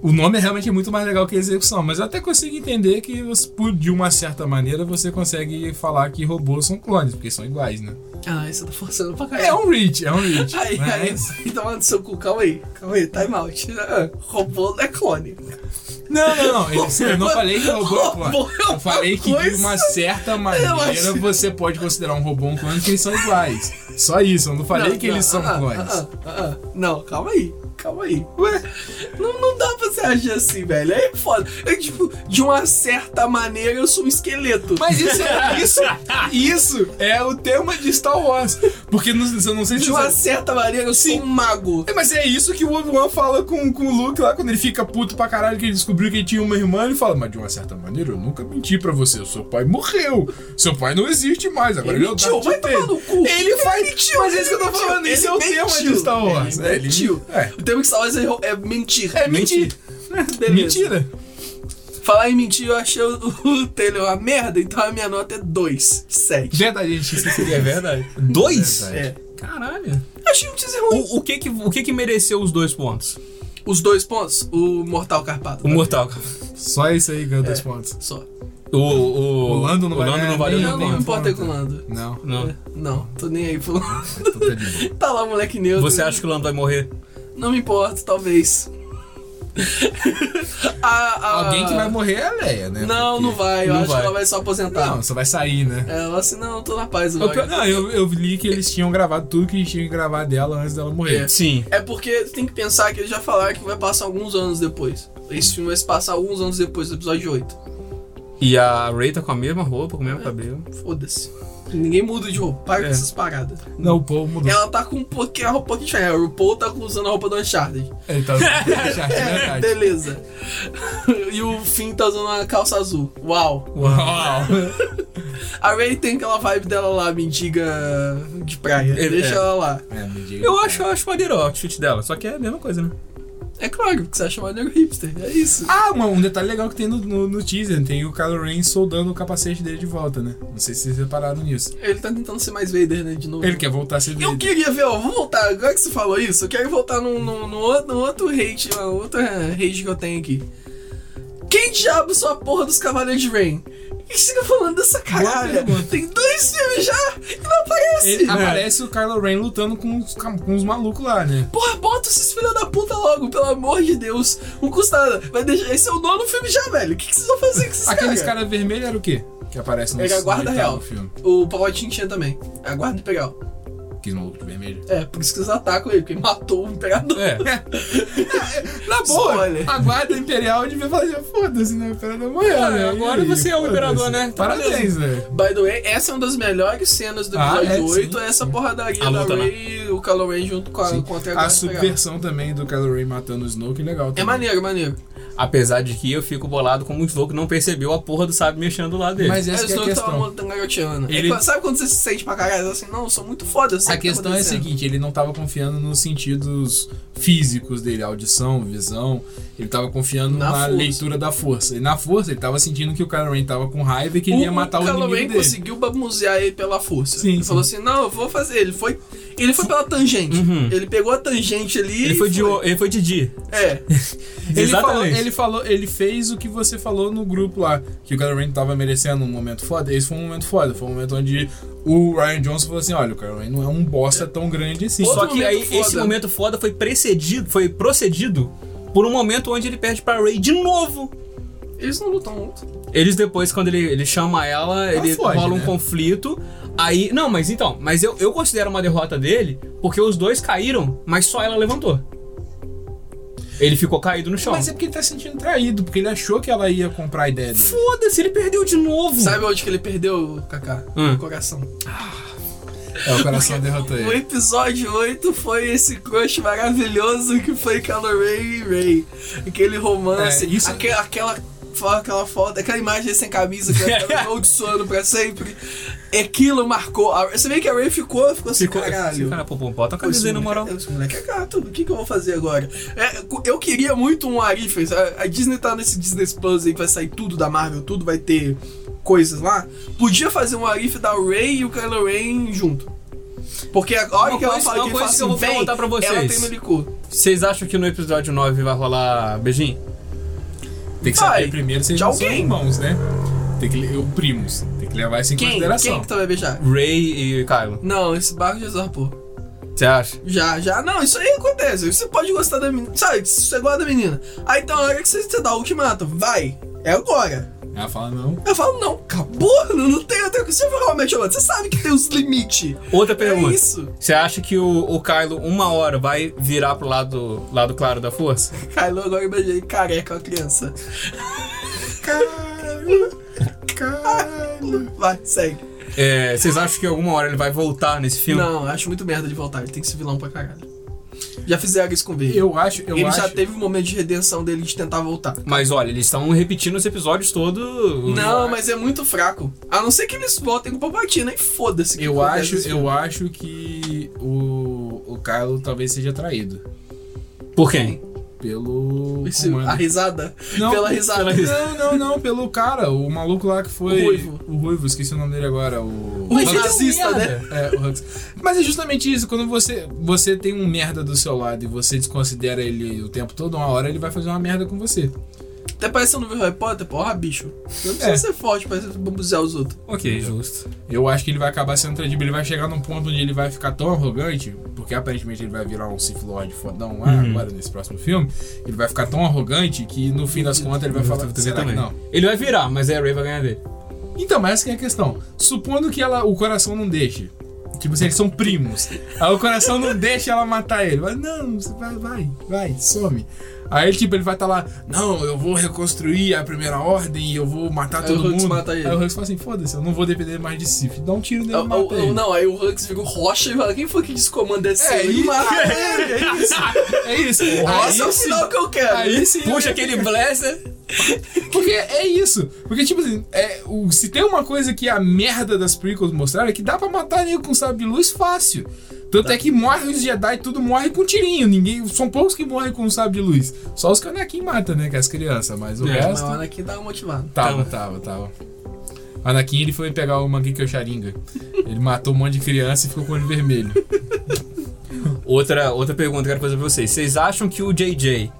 O nome realmente é muito mais legal que a execução, mas eu até consigo entender que, você, por- de uma certa maneira, você consegue falar que robôs são clones, porque são iguais, né?
Ah, isso tá forçando pra
É
caralho.
um reach, é um reach.
Aí, aí,
mas-
aí, toma no seu cu, calma aí, calma aí, time out. Ah, Robô não é clone.
Não, não, não. Eu, eu não falei que robô é
Robô
clone.
é uma
Eu falei que de
coisa.
uma certa
Eu
maneira
acho-
você pode considerar um robô um clone porque eles são iguais. Só isso, eu não falei
Não,
que
não,
eles são
ah, ah,
clones.
ah, ah, ah. Não, calma aí, calma aí. Ué, não, não dá pra você agir assim, velho. Aí é foda. Eu, tipo, de uma certa maneira eu sou um esqueleto.
Mas isso é, isso, isso é o tema de Star Wars. Porque não, eu não sei se
de uma certa maneira eu
Sim.
sou um mago.
É, mas é isso que o Obi-Wan fala com, com o Luke lá quando ele fica puto pra caralho que ele descobriu que ele tinha uma irmã. Ele fala, mas de uma certa maneira eu nunca menti pra você. O seu pai morreu. Seu pai não existe mais. Agora
Ele
ele, é o
mentiu,
Darth
vai
Vader."
tomar no cu.
Ele faz.
mentiu,
mas é isso que eu tô
ele
falando.
mentiu,
Esse é o
ele
tema
mentiu.
de Star Wars.
Ele
É, ele
mentiu.
É.
O tema que Star Wars é, é mentir.
É mentira.
Beleza.
Mentira.
Falar em mentir, eu achei o, o Taylor uma merda, então a minha nota é 2 de 7.
Verdade, gente. Isso seria
É verdade. Dois?
Verdade.
É.
Caralho.
Achei um teaser ruim.
O, o que que, o que que mereceu os dois pontos?
Os dois pontos, o Mortal Carpado.
O Mortal.
Só isso aí ganhou
É.
dois pontos.
Só.
O, o,
O Lando não vai ganhar
valeu nenhum
nem- tenho
Não, não me
ponto.
importa
ponto.
com o Lando.
Não,
Não.
Não, tô nem aí pro Lando.
tu tá de boa.
Tá lá, moleque neutro.
Você acha que o Lando vai morrer?
Não me importo, talvez. A- a-
Alguém que vai morrer é a Leia, né?
Ah. Não,
Porque-
não vai. Eu
Não
acho
vai.
que ela vai só aposentar.
Não, só vai sair, né?
Ela assim, não, tô na paz
Eu,
agora.
não, eu, eu li que eles tinham gravado tudo que eles tinham que gravar dela antes dela morrer.
Sim.
É porque tem que pensar que eles já falaram que vai passar alguns anos depois. Esse filme vai se passar alguns anos depois do episódio 8.
E a Ray tá com a mesma roupa, com o mesmo cabelo.
Foda-se. Ninguém muda de roupa. Para
É.
com essas paradas.
Não, o povo mudou.
Ela tá com um pouquinho, a roupa um pouquinho diferente. O Paul tá usando a roupa do Uncharted.
Ele tá Uncharted, é verdade.
Beleza. e o Finn tá usando uma calça azul. Uau.
Uau.
A Ray tem aquela vibe dela lá, mendiga de praia.
É,
Deixa
é.
ela lá.
É, me diga.
Eu acho, eu acho maneiro o outfit dela, só que é a mesma coisa, né?
É claro, porque você acha maneiro hipster. É isso.
Ah, uma- um detalhe legal que tem no, no, no teaser, tem o Kylo Ren soldando o capacete dele de volta, né? Não sei se vocês repararam nisso.
Ele tá tentando ser mais Vader, né? De novo.
Ele quer voltar a ser
Eu
Vader.
queria ver, ó, vou voltar, agora que você falou isso, eu quero voltar num, num, num outro- num outro hate, ó, outro eh, hate que eu tenho aqui. Quem diabo são a porra dos Cavaleiros de Rain? Por que você fica falando dessa caralha?
pergunta.
Tem dois filmes já e não aparece!
Ele-
né?
Ah,
Aparece o Kylo Ren lutando com os, cam- com os malucos lá, né?
Porra, bota esses filhos da puta logo, pelo amor de Deus. Não custa nada. Vai deixar... Esse é o nono filme já, velho. O que, que vocês vão fazer com esses
Aqueles
caras?
caras vermelhos era o quê? Que aparece no
é
Era guarda
oitavo
real.
filme.
O Palpatine tinha também. Aguarda o Imperial.
Aqueles malucos de vermelho.
É, por isso que eles atacam ele, porque ele matou o Imperador.
É.
Na boa,
Spoiler.
a guarda imperial devia fazer foda-se, né? O imperador morreu,
Ah,
né?
agora
E aí,
você é o
foda-se.
imperador, né? Tá
Parabéns, né?
By the way, essa é uma das melhores cenas do
Ah,
episódio
é,
8,
sim.
essa porradaria
A
da
luta lá.
Ray e o Kylo Ren junto com a,
Sim.
com a Terra
A
Guarda Imperial.
subversão também do Kylo Ren matando o Snoke, legal
É
também.
maneiro, maneiro.
Apesar de que eu fico bolado como o Snoke não percebeu a porra do sábio mexendo do lado dele.
Mas
Aí
essa
o
que é a
Snoke tava
questão.
montando garoteando.
Ele-
né? sabe quando você se sente pra caralho? Assim, não, eu sou muito foda. eu sei
A
o que tá
questão é a
acontecendo.
seguinte, ele não tava confiando nos sentidos físicos dele, audição, visão. Ele tava confiando
Na
na,
força.
leitura da força. E na força ele tava sentindo que o Kylo Ren tava com raiva e que
O-
ele ia matar o,
Kylo
inimigo
Ren
dele.
conseguiu babuzear ele pela força.
Sim,
ele
sim.
falou assim: não, eu vou fazer. Ele foi. Ele foi pela tangente.
Uhum.
Ele pegou a tangente ali.
ele,
e
foi de, o- ele foi de dia.
É.
Ele falou,
Exatamente.
ele falou, ele fez o que você falou no grupo lá, que o Kylo Ren tava merecendo um momento foda. Esse foi um momento foda, foi um momento onde o Ryan Johnson falou assim: olha, o Kylo Ren não é um bosta tão grande assim.
Outro
Só que aí,
momento foda.
esse momento foda foi precedido, foi procedido por um momento onde ele perde pra Ray de novo.
Eles não lutam
Hum.
muito.
Eles depois, quando ele, ele chama ela, ele
foge,
rola um
né?
conflito. Aí. Não, mas então, mas eu, eu considero uma derrota dele, porque os dois caíram, mas só ela levantou. Ele ficou caído no
Então.
chão.
Mas é porque ele tá se sentindo traído, porque ele achou que ela ia comprar a ideia dele.
Foda-se, ele perdeu de novo.
Sabe onde que ele perdeu, Kaká?
Hum.
O coração.
É, o coração derrotou
O
ele.
episódio 8 foi esse crush maravilhoso que foi Kylo Ren e Ray. Aquele romance,
É, isso-
aque- aquela, fo- aquela foto, aquela imagem sem camisa que ela tava amaldiçoando pra sempre. Aquilo marcou. A- Você vê que a Ray ficou, ficou assim,
Ficou,
caralho.
Cara, pô, pô, bota a
Pô, esse
camisa aí na
moleque-
moral.
Esse moleque é gato, o que, que eu vou fazer agora? É, cu- eu queria muito um Arifes. A, a Disney tá nesse Disney Plus aí, vai sair tudo da Marvel, tudo vai ter coisas lá. Podia fazer um Arif da Ray e o Kylo Ren junto. Porque a hora
Uma
que ela
coisa-
fala
uma
que
coisa
ele fala
que eu
assim,
vou
"Vem",
perguntar pra vocês.
Ela tem no licor.
Vocês acham que no episódio 9 vai rolar beijinho?
Tem que
Vai,
saber primeiro se eles
de
não são
alguém.
irmãos, né? Tem que le- o primos. Tem que levar isso em
Quem?
consideração.
Quem que tu vai beijar?
Ray e Kylo.
Não, esse barco já zarpou.
Você acha?
Já, já. Não, isso aí acontece. Você pode gostar da menina. Sabe, se você gosta da menina. Aí tem uma hora que você, você dá o ultimato. Vai. É agora.
Ela fala, não.
Eu falo, não, acabou, não, não tem, eu tenho que você realmente você sabe que tem os limites.
Outra
É
pergunta.
isso.
Você acha que o, o Kylo, uma hora, vai virar pro lado, lado claro da força?
Kylo agora imaginei careca, uma criança.
Caralho! Caralho!
Vai, segue.
É, vocês acham que alguma hora ele vai voltar nesse
um
filme?
Não, acho muito merda de voltar, ele tem que ser vilão pra caralho. Já fizeram isso com ele.
Eu acho, eu
ele
acho.
já teve um momento de redenção dele de tentar voltar.
Mas olha, eles estão repetindo os episódios todos.
Não, mas é muito fraco. A não ser que eles voltem com o Palpatine, aí foda-se. que
Eu
acontece
acho,
nesse
eu acho que o, o Kylo talvez seja traído
Por quem?
pelo
Esse-
comando.
a risada.
Não,
pela risada.
pela risada.
Não, não, não, pelo cara, o maluco lá que foi
O Ruivo.
o Ruivo, esqueci o nome dele agora, o
Mas
Mas
ele é um
nazista,
merda.
né?
É, o Hux. Mas é justamente isso, quando você, você tem um merda do seu lado e você desconsidera ele o tempo todo, uma hora ele vai fazer uma merda com você.
Até parece que você não viu Harry Potter, porra, bicho. Você Não precisa
É.
ser forte pra babuzear os outros.
Ok, justo.
Eu acho que ele vai acabar sendo traidível, ele vai chegar num ponto onde ele vai ficar tão arrogante, porque aparentemente ele vai virar um Sith Lord fodão lá
Uhum.
agora nesse próximo filme, ele vai ficar tão arrogante que no fim das contas ele vai falar, será que
também.
não?
Ele vai virar, mas aí a Ray vai ganhar dele.
Então, mas essa que é a questão. Supondo que ela, o coração não deixe. Tipo assim, eles são primos. Aí o coração não deixa ela matar ele. Mas não, você vai, vai, vai, some. Aí, tipo, ele vai estar lá, não, eu vou reconstruir a primeira ordem e eu vou matar
Aí
todo
o Hux
mundo.
mata ele.
Aí o Hux fala assim, foda-se, eu não vou depender mais de Sif. Dá um tiro nele e
Eu-
mata
eu- eu-
ele.
não, aí o Hux vira o Rocha e fala: quem foi que descomanda esse
É
ele
isso.
mata ele? É
É
isso.
isso.
Nossa, é o
aí,
sinal que eu quero. né?
aí sim.
Puxa aquele blazer.
Porque é isso. Porque, tipo assim, é, o- se tem uma coisa que a merda das prequels mostraram é que dá pra matar nego com sabre de luz fácil. Tanto é que morre os Jedi, tudo morre com tirinho. Ninguém, são poucos que morrem com sabre de luz. Só os que o Anakin mata, né? Que é as crianças, mas o
É,
Mas
resto.
o Anakin dá uma motivada.
tá
Tava, tava, tava. O Anakin ele foi pegar o Mangekyou Sharinga. Ele matou um monte de criança e ficou com o olho vermelho.
Outra, outra pergunta que eu quero fazer pra vocês. Vocês acham que o JJ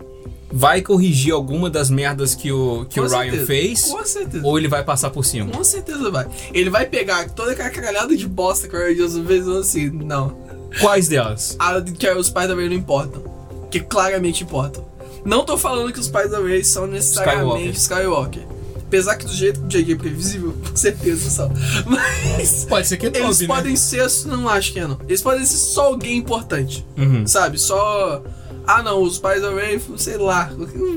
vai corrigir alguma das merdas que o, que o
Com
Ryan
certeza.
fez?
Com certeza.
Ou ele vai passar por cima?
Com certeza vai. Ele vai pegar toda aquela caralhada de bosta que o Ryan Johnson fez e falou assim: não,
Quais delas?
a, que os pais da Ray não importam. Que claramente importam. Não tô falando que os pais da Ray são necessariamente Skywalker. Apesar que do jeito que o JJ é previsível, com certeza são. Mas.
Pode ser que ele
Eles
doze, né?
podem ser, não acho que é não. Eles podem ser só alguém importante.
Uhum.
Sabe? Só. Ah não, os pais da Ray, sei lá.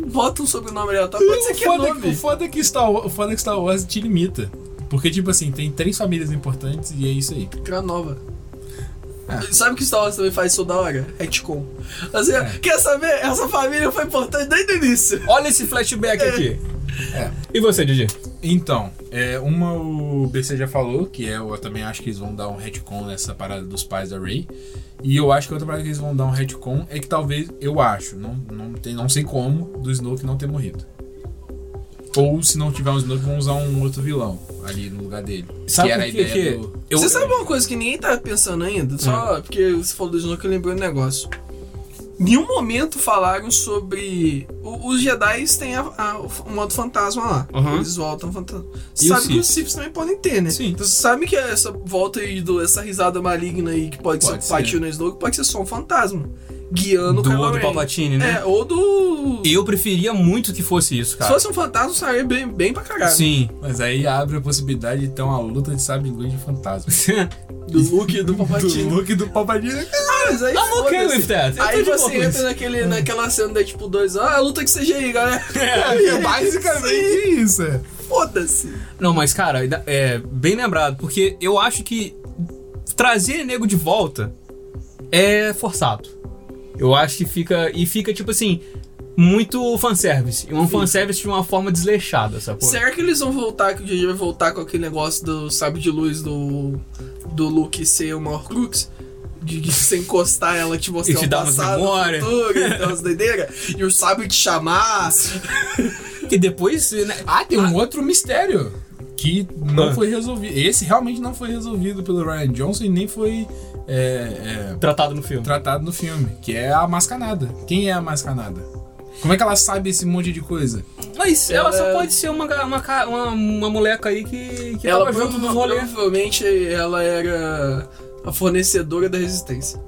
Bota um sobrenome aleatório. Pode ser que é
foda que-
nome.
o foda é que Star Wars, o foda é que Star Wars te limita. Porque, tipo assim, tem três famílias importantes e é isso aí.
Criar nova. Sabe o que o Star Wars também faz isso da hora? É Retcon. Assim, Quer saber? Essa família foi importante desde o início.
Olha esse flashback aqui.
É.
E você, Didi?
Então, é, uma o BC já falou, que é, eu também acho que eles vão dar um retcon nessa parada dos pais da Ray. E eu acho que outra parada que eles vão dar um retcon é que talvez, eu acho, não, não, tem, não sei como, do Snoke não ter morrido. Ou se não tiver um Snoke, vão usar um outro vilão ali no lugar dele.
Sabe
que era
por
a
que
ideia
que
do.
eu- Ah.
Você sabe uma coisa que ninguém tá pensando ainda? Só porque você falou do Snoke, eu lembrei um negócio. Nenhum momento falaram sobre. o- os Jedi têm a- a- o f- o modo fantasma lá.
Uhum.
Eles voltam fantasma.
E os
Sabe que
Siths?
os Sips também podem ter, né?
Sim.
Então você sabe que essa volta aí, do, essa risada maligna aí que pode,
Pode
ser
ser.
patinho no Snoke, pode ser só um fantasma. Guiando
Do,
o Kylo
do
Ren.
Palpatine, né?
É, ou do.
Eu preferia muito que fosse isso,
Se
cara.
fosse um fantasma, sairia bem, bem pra caralho.
Sim.
Mas aí abre a possibilidade de ter uma luta de sabre inglês de fantasma.
Do Luke e do
do
Papatino.
Luke e do Palpatine.
Ah, mas aí
I'm okay
foda-se.
with that. Eu tô
Aí
de boa
você
com
entra
isso.
naquele, naquela cena da tipo dois ah, luta que seja aí, galera.
É basicamente isso. é.
Foda-se.
Não, mas cara, ainda- é bem lembrado, porque eu acho que trazer nego de volta é forçado. Eu acho que fica. E fica, tipo assim, muito fanservice. E um fanservice de uma forma desleixada, sacou?
Será que eles vão voltar, que o JJ vai voltar com aquele negócio do sabre de luz do, do Luke ser uma Horcrux? De, de você encostar ela, te mostrar
E te
o
dar umas
passado,
memórias.
o futuro, e dar umas doideiras. E o sabre te chamar.
Que depois. Né,
Ah, tem um outro mistério que não
Ah.
foi resolvido. Esse realmente não foi resolvido pelo Ryan Johnson e nem foi é, é,
tratado no filme.
tratado no filme, que é a mascanada. Quem é a mascanada? Como é que ela sabe esse monte de coisa?
Mas ela,
Ela-
só pode ser uma, ga- uma, ca- uma, uma moleca aí que, que
Ela
tava junto no
prova-
rolê.
provavelmente ela era a fornecedora da resistência.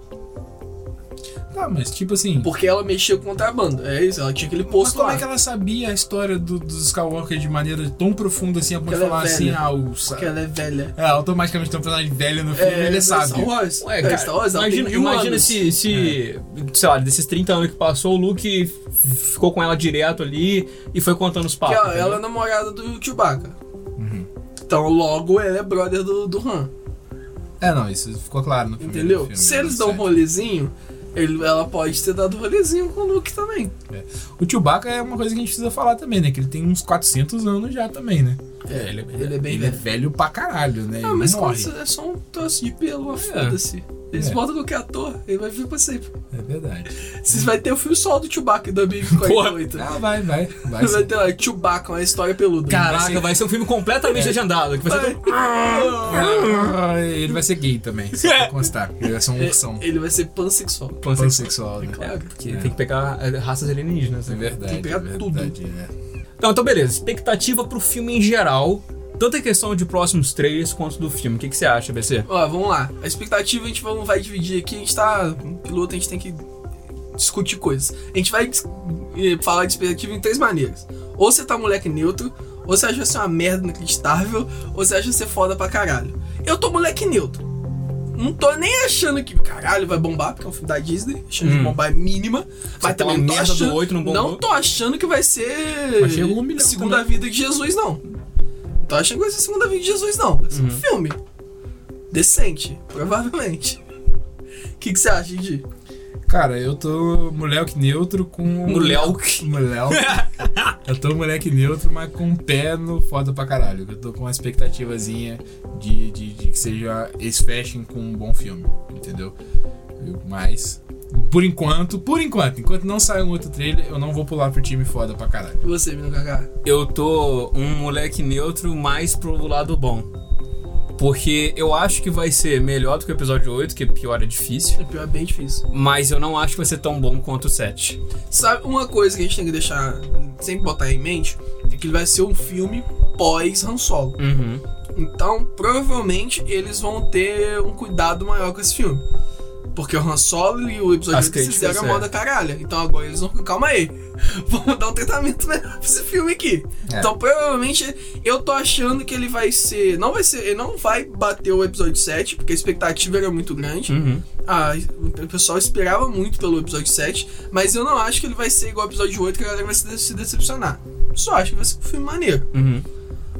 Tá, mas tipo assim.
Porque ela mexia com contrabando. É isso, ela tinha aquele
Mas
posto
como
lá.
é que ela sabia a história do- dos Skywalker de maneira tão profunda assim, a ponto de
Porque ela
falar
é
assim,
velha.
ah, o. sa-
Porque É, ela é velha.
É, automaticamente tem um personagem velho no filme, ele sabe.
Star Wars.
Ué,
É,
cara,
Star Wars, ela tem
imagina,
mil
imagina
anos.
se, se sei lá, desses 30 anos que passou, o Luke f- ficou com ela direto ali e foi contando os
Que
papos.
ela,
entendeu?
ela é namorada do Chewbacca. Então, logo, ela é brother do, do Han,
É, não, isso ficou claro no filme.
entendeu?
no filme,
Se
né,
eles
no
dão um
set.
rolezinho, ele- ela pode ter dado rolezinho com o Luke também.
O Chewbacca é uma coisa que a gente precisa falar também, né? Que ele tem uns 400 anos já também, né?
É, ele é bem- ele é bem
ele
velho.
é velho pra caralho, né?
Ah,
ele
mas
não
como
morre.
isso é só um troço de pelo, foda-se. Eles
É.
botam qualquer ator, ele vai vir pra sempre.
É verdade.
Vocês vai ter o fio sol do Chewbacca da Big 48.
Ah, vai, vai. Vai
Vai
sim.
ter lá, Chewbacca, uma história peluda.
Caraca,
Vai
vai
ser-
ser, um filme completamente legendado. Que vai ser
Vai.
todo-
um-
Ah, Ele vai ser gay também, só pra constar. Ele vai ser um ursão.
Ele vai ser pansexual.
Pansexual, né?
É, Claro.
Porque
É.
tem assim, que pegar é, raças alienígenas.
É
Né?
verdade.
Tem que pegar
é verdade,
tudo.
né?
Então, então, beleza. Expectativa pro filme em geral. Tanto a questão de próximos trailers quanto do filme. O que, que você acha, BC?
Ó, vamos lá. A expectativa a gente vamos, vai dividir aqui. A gente tá. Piloto, a gente tem que discutir coisas. A gente vai dis- eh, falar de expectativa em três maneiras. Ou você tá moleque neutro, ou você acha você uma merda inacreditável, ou você acha você foda pra caralho. Eu tô moleque neutro. Não tô nem achando que, caralho, vai bombar, porque é um filme da Disney. Achando que
Hum.
bombar é mínima. mas
aquela
também não tô
merda do
achando.
oito não bombou.
tô achando que vai ser.
Mas chegou um milhão
Segunda
também.
vida de Jesus, não. Não tô achando que vai ser segunda vida de Jesus, não. Vai
Uhum.
ser um filme. Decente, provavelmente. O que, que você acha, Didi?
Cara, eu tô moleque neutro com. um
Moleque.
Moleque. eu tô moleque neutro, mas com um pé no foda pra caralho. Eu tô com uma expectativazinha de, de, de que seja. Eles fechem com um bom filme, entendeu? Eu- Mas. Por enquanto, por enquanto, enquanto não sair um outro trailer, eu não vou pular pro time foda pra caralho.
E você, menino Kaká?
Eu tô um moleque neutro mais pro lado bom. Porque eu acho que vai ser melhor do que o episódio 8, que pior é difícil.
É pior, é bem difícil.
Mas eu não acho que vai ser tão bom quanto o 7.
Sabe, uma coisa que a gente tem que deixar, sempre botar em mente, é que ele vai ser um filme pós Han Solo.
Uhum.
Então, provavelmente, eles vão ter um cuidado maior com esse filme. Porque o Han Solo e o episódio
As
8 eles
críticas,
fizeram a
é.
moda caralho. Então agora eles vão. Calma aí. Vamos dar um tratamento melhor pra esse filme aqui.
É.
Então, provavelmente, eu tô achando que ele vai ser. Não vai ser. Ele não vai bater o episódio 7, porque a expectativa era muito grande.
Uhum.
Ah, o pessoal esperava muito pelo episódio 7, mas eu não acho que ele vai ser igual ao episódio 8, que a galera vai se, de- se decepcionar. Só acho que vai ser um filme maneiro.
Uhum.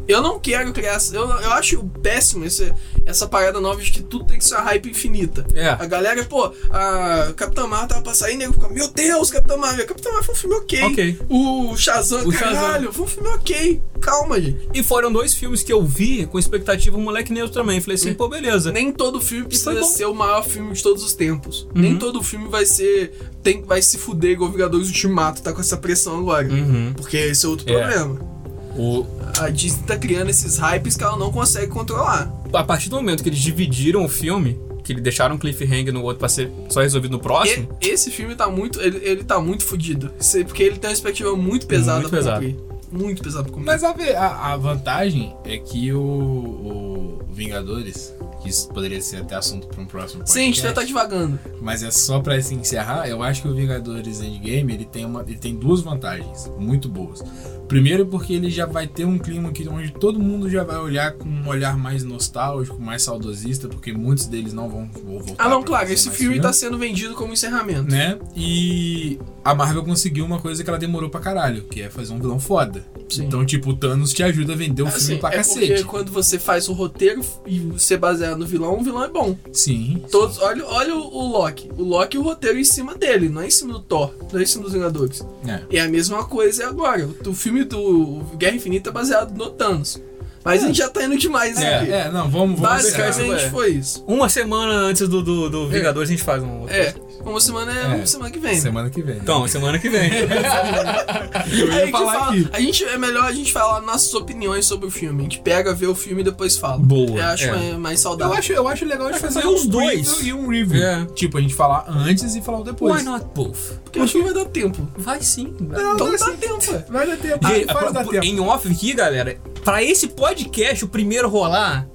Eu não quero criar. Eu, eu acho péssimo esse, essa parada nova de que tudo tem que ser uma hype infinita.
É.
A galera, pô, a Capitão Marvel tava pra sair, nego fica, meu Deus, Capitão Marvel. Capitão Marvel foi um filme ok.
Ok.
O Shazam,
O Shazam.
caralho, foi um filme ok. Calma, gente.
E foram dois filmes que eu vi com expectativa um moleque neutro também. Falei assim, pô, beleza.
Nem todo filme precisa
é bom. Uhum.
ser o maior filme de todos os tempos. Nem todo filme vai ser. Tem, vai se fuder igual Vingadores Ultimato, tá com essa pressão agora.
Uhum.
Porque esse é outro
É.
problema.
O,
A Disney tá criando esses hypes que ela não consegue controlar.
a partir do momento que eles dividiram o filme, que eles deixaram um cliffhanger no outro pra ser só resolvido no próximo,
E- esse filme tá muito. Ele, ele tá muito fudido. Sei, Porque ele tem uma expectativa muito pesada
Muito
pra
pesado.
cumprir. Muito pesada pra cumprir.
Mas a, ve- a- a vantagem é que o, o Vingadores, que isso poderia ser até assunto pra um próximo podcast.
Sim, a gente ainda tá divagando.
Mas é só pra se encerrar, eu acho que o Vingadores Endgame ele tem, uma, ele tem duas vantagens muito boas. Primeiro porque ele já vai ter um clima aqui onde todo mundo já vai olhar com um olhar mais nostálgico, mais saudosista, porque muitos deles não vão vão voltar.
Ah, não,
pra
claro,
fazer
esse
mais
filme tá sendo vendido como encerramento.
né? E a Marvel conseguiu uma coisa que ela demorou pra caralho, que é fazer um vilão foda.
Sim.
Então, tipo, o Thanos te ajuda a vender o
Assim,
um filme pra
é porque
cacete.
quando você faz o roteiro e você baseia no vilão, o vilão é bom.
Sim.
Todos, olha, olha o, o Loki. O Loki o roteiro é em cima dele, não é em cima do Thor, não é em cima dos Vingadores.
É.
E a mesma coisa é agora. O, o filme do Guerra Infinita é baseado no Thanos. Mas a gente já tá indo demais, né?
É, não, vamos, vamos deixar isso.
Basicamente
é.
foi isso.
uma semana antes do, do, do Vingadores a gente faz um outro.
É, uma semana é,
É.
uma semana que vem. né?
Semana que vem. né?
Então, semana que vem.
eu
Aí a
ia
gente
falar
fala-
aqui.
a gente- é melhor a gente falar nossas opiniões sobre o filme. A gente pega, vê o filme e depois fala.
Boa,
Eu acho
é.
mais, mais
Eu
saudável.
acho, eu acho legal de fazer
fazer os
um
dois.
preview e um review.
É.
Tipo, a gente falar antes e falar o depois.
Why not both?
porque acho que vai dar tempo.
Vai sim.
Então
não,
dá
assim-
tempo, ué.
Vai dar tempo.
Gente,
Ah, faz
pra-
dar
por-
tempo.
em off aqui, galera, pra esse podcast, o primeiro rolar,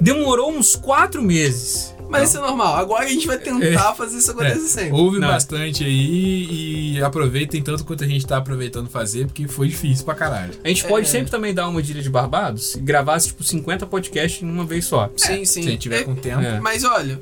demorou uns quatro meses.
Mas isso é normal. Agora a gente vai
É.
tentar fazer isso acontecer sempre.
Ouve
Não.
bastante aí e aproveitem tanto quanto a gente tá aproveitando fazer, porque foi difícil pra caralho.
A gente
É.
pode sempre também dar uma de ilha de barbados e gravar, tipo, 50 podcasts em uma vez só.
Sim, sim.
Se a gente tiver
É,
com tempo.
É.
Mas olha,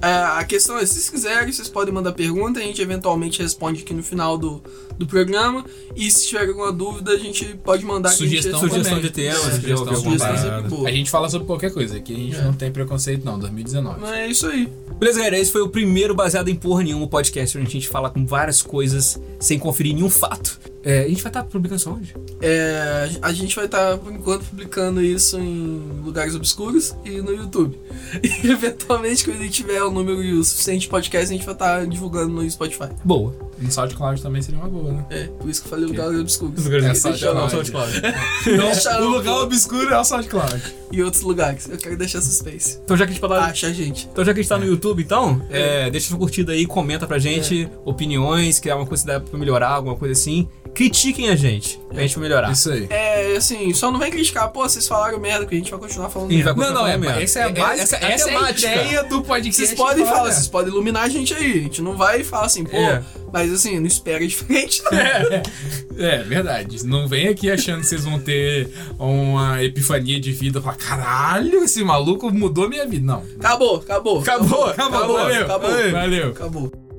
a a questão é, se vocês quiserem, vocês podem mandar pergunta, a gente eventualmente responde aqui no final do, do programa. E se tiver alguma dúvida, a gente pode mandar aqui.
Sugestão,
Sugestão
também.
de tema,
É,
se tiver alguma
sugestão
parada.
sempre boa. A gente fala sobre qualquer coisa, que a gente
É.
não tem preconceito, não. 2019.
Mas é isso aí.
Beleza, galera? Esse foi o primeiro baseado em porra nenhuma podcast, onde a gente fala com várias coisas sem conferir nenhum fato. É, a gente vai estar publicando só onde?
É, a gente vai estar, por enquanto, publicando isso em lugares obscuros e no YouTube. E eventualmente, quando a gente tiver o número suficiente de podcast, a gente vai estar divulgando no Spotify.
Boa.
Um SoundCloud também seria uma boa, né?
É, por isso que eu falei lugares obscuros.
É
Deixa eu
SoundCloud.
não. Deixa eu
o
não.
lugar obscuro é o SoundCloud.
E outros lugares. Eu quero deixar suspense.
Então já que a gente tá,
Acha a gente.
então, já que a gente tá no YouTube, então, é, deixa sua curtida aí, comenta pra gente opiniões, que é uma coisa que dá pra melhorar, alguma coisa assim. critiquem a gente, pra gente melhorar.
Isso aí.
É, assim, só não vem criticar, pô, vocês falaram merda que a gente vai continuar falando
Sim,
merda.
vai
Não, não, é,
mesmo.
essa é a
É-
básica,
essa-
essa,
essa
é a
temática.
ideia do podcast.
Vocês podem falar,
né?
vocês podem iluminar a gente aí. A gente não vai falar assim, pô,
É.
mas assim, não espera diferente, né? não.
É, é verdade. Não vem aqui achando que vocês vão ter uma epifania de vida. Falar, caralho, esse maluco mudou minha vida. Não.
Acabou, acabou.
Acabou, acabou.
acabou,
valeu.
acabou.
Valeu.
Acabou.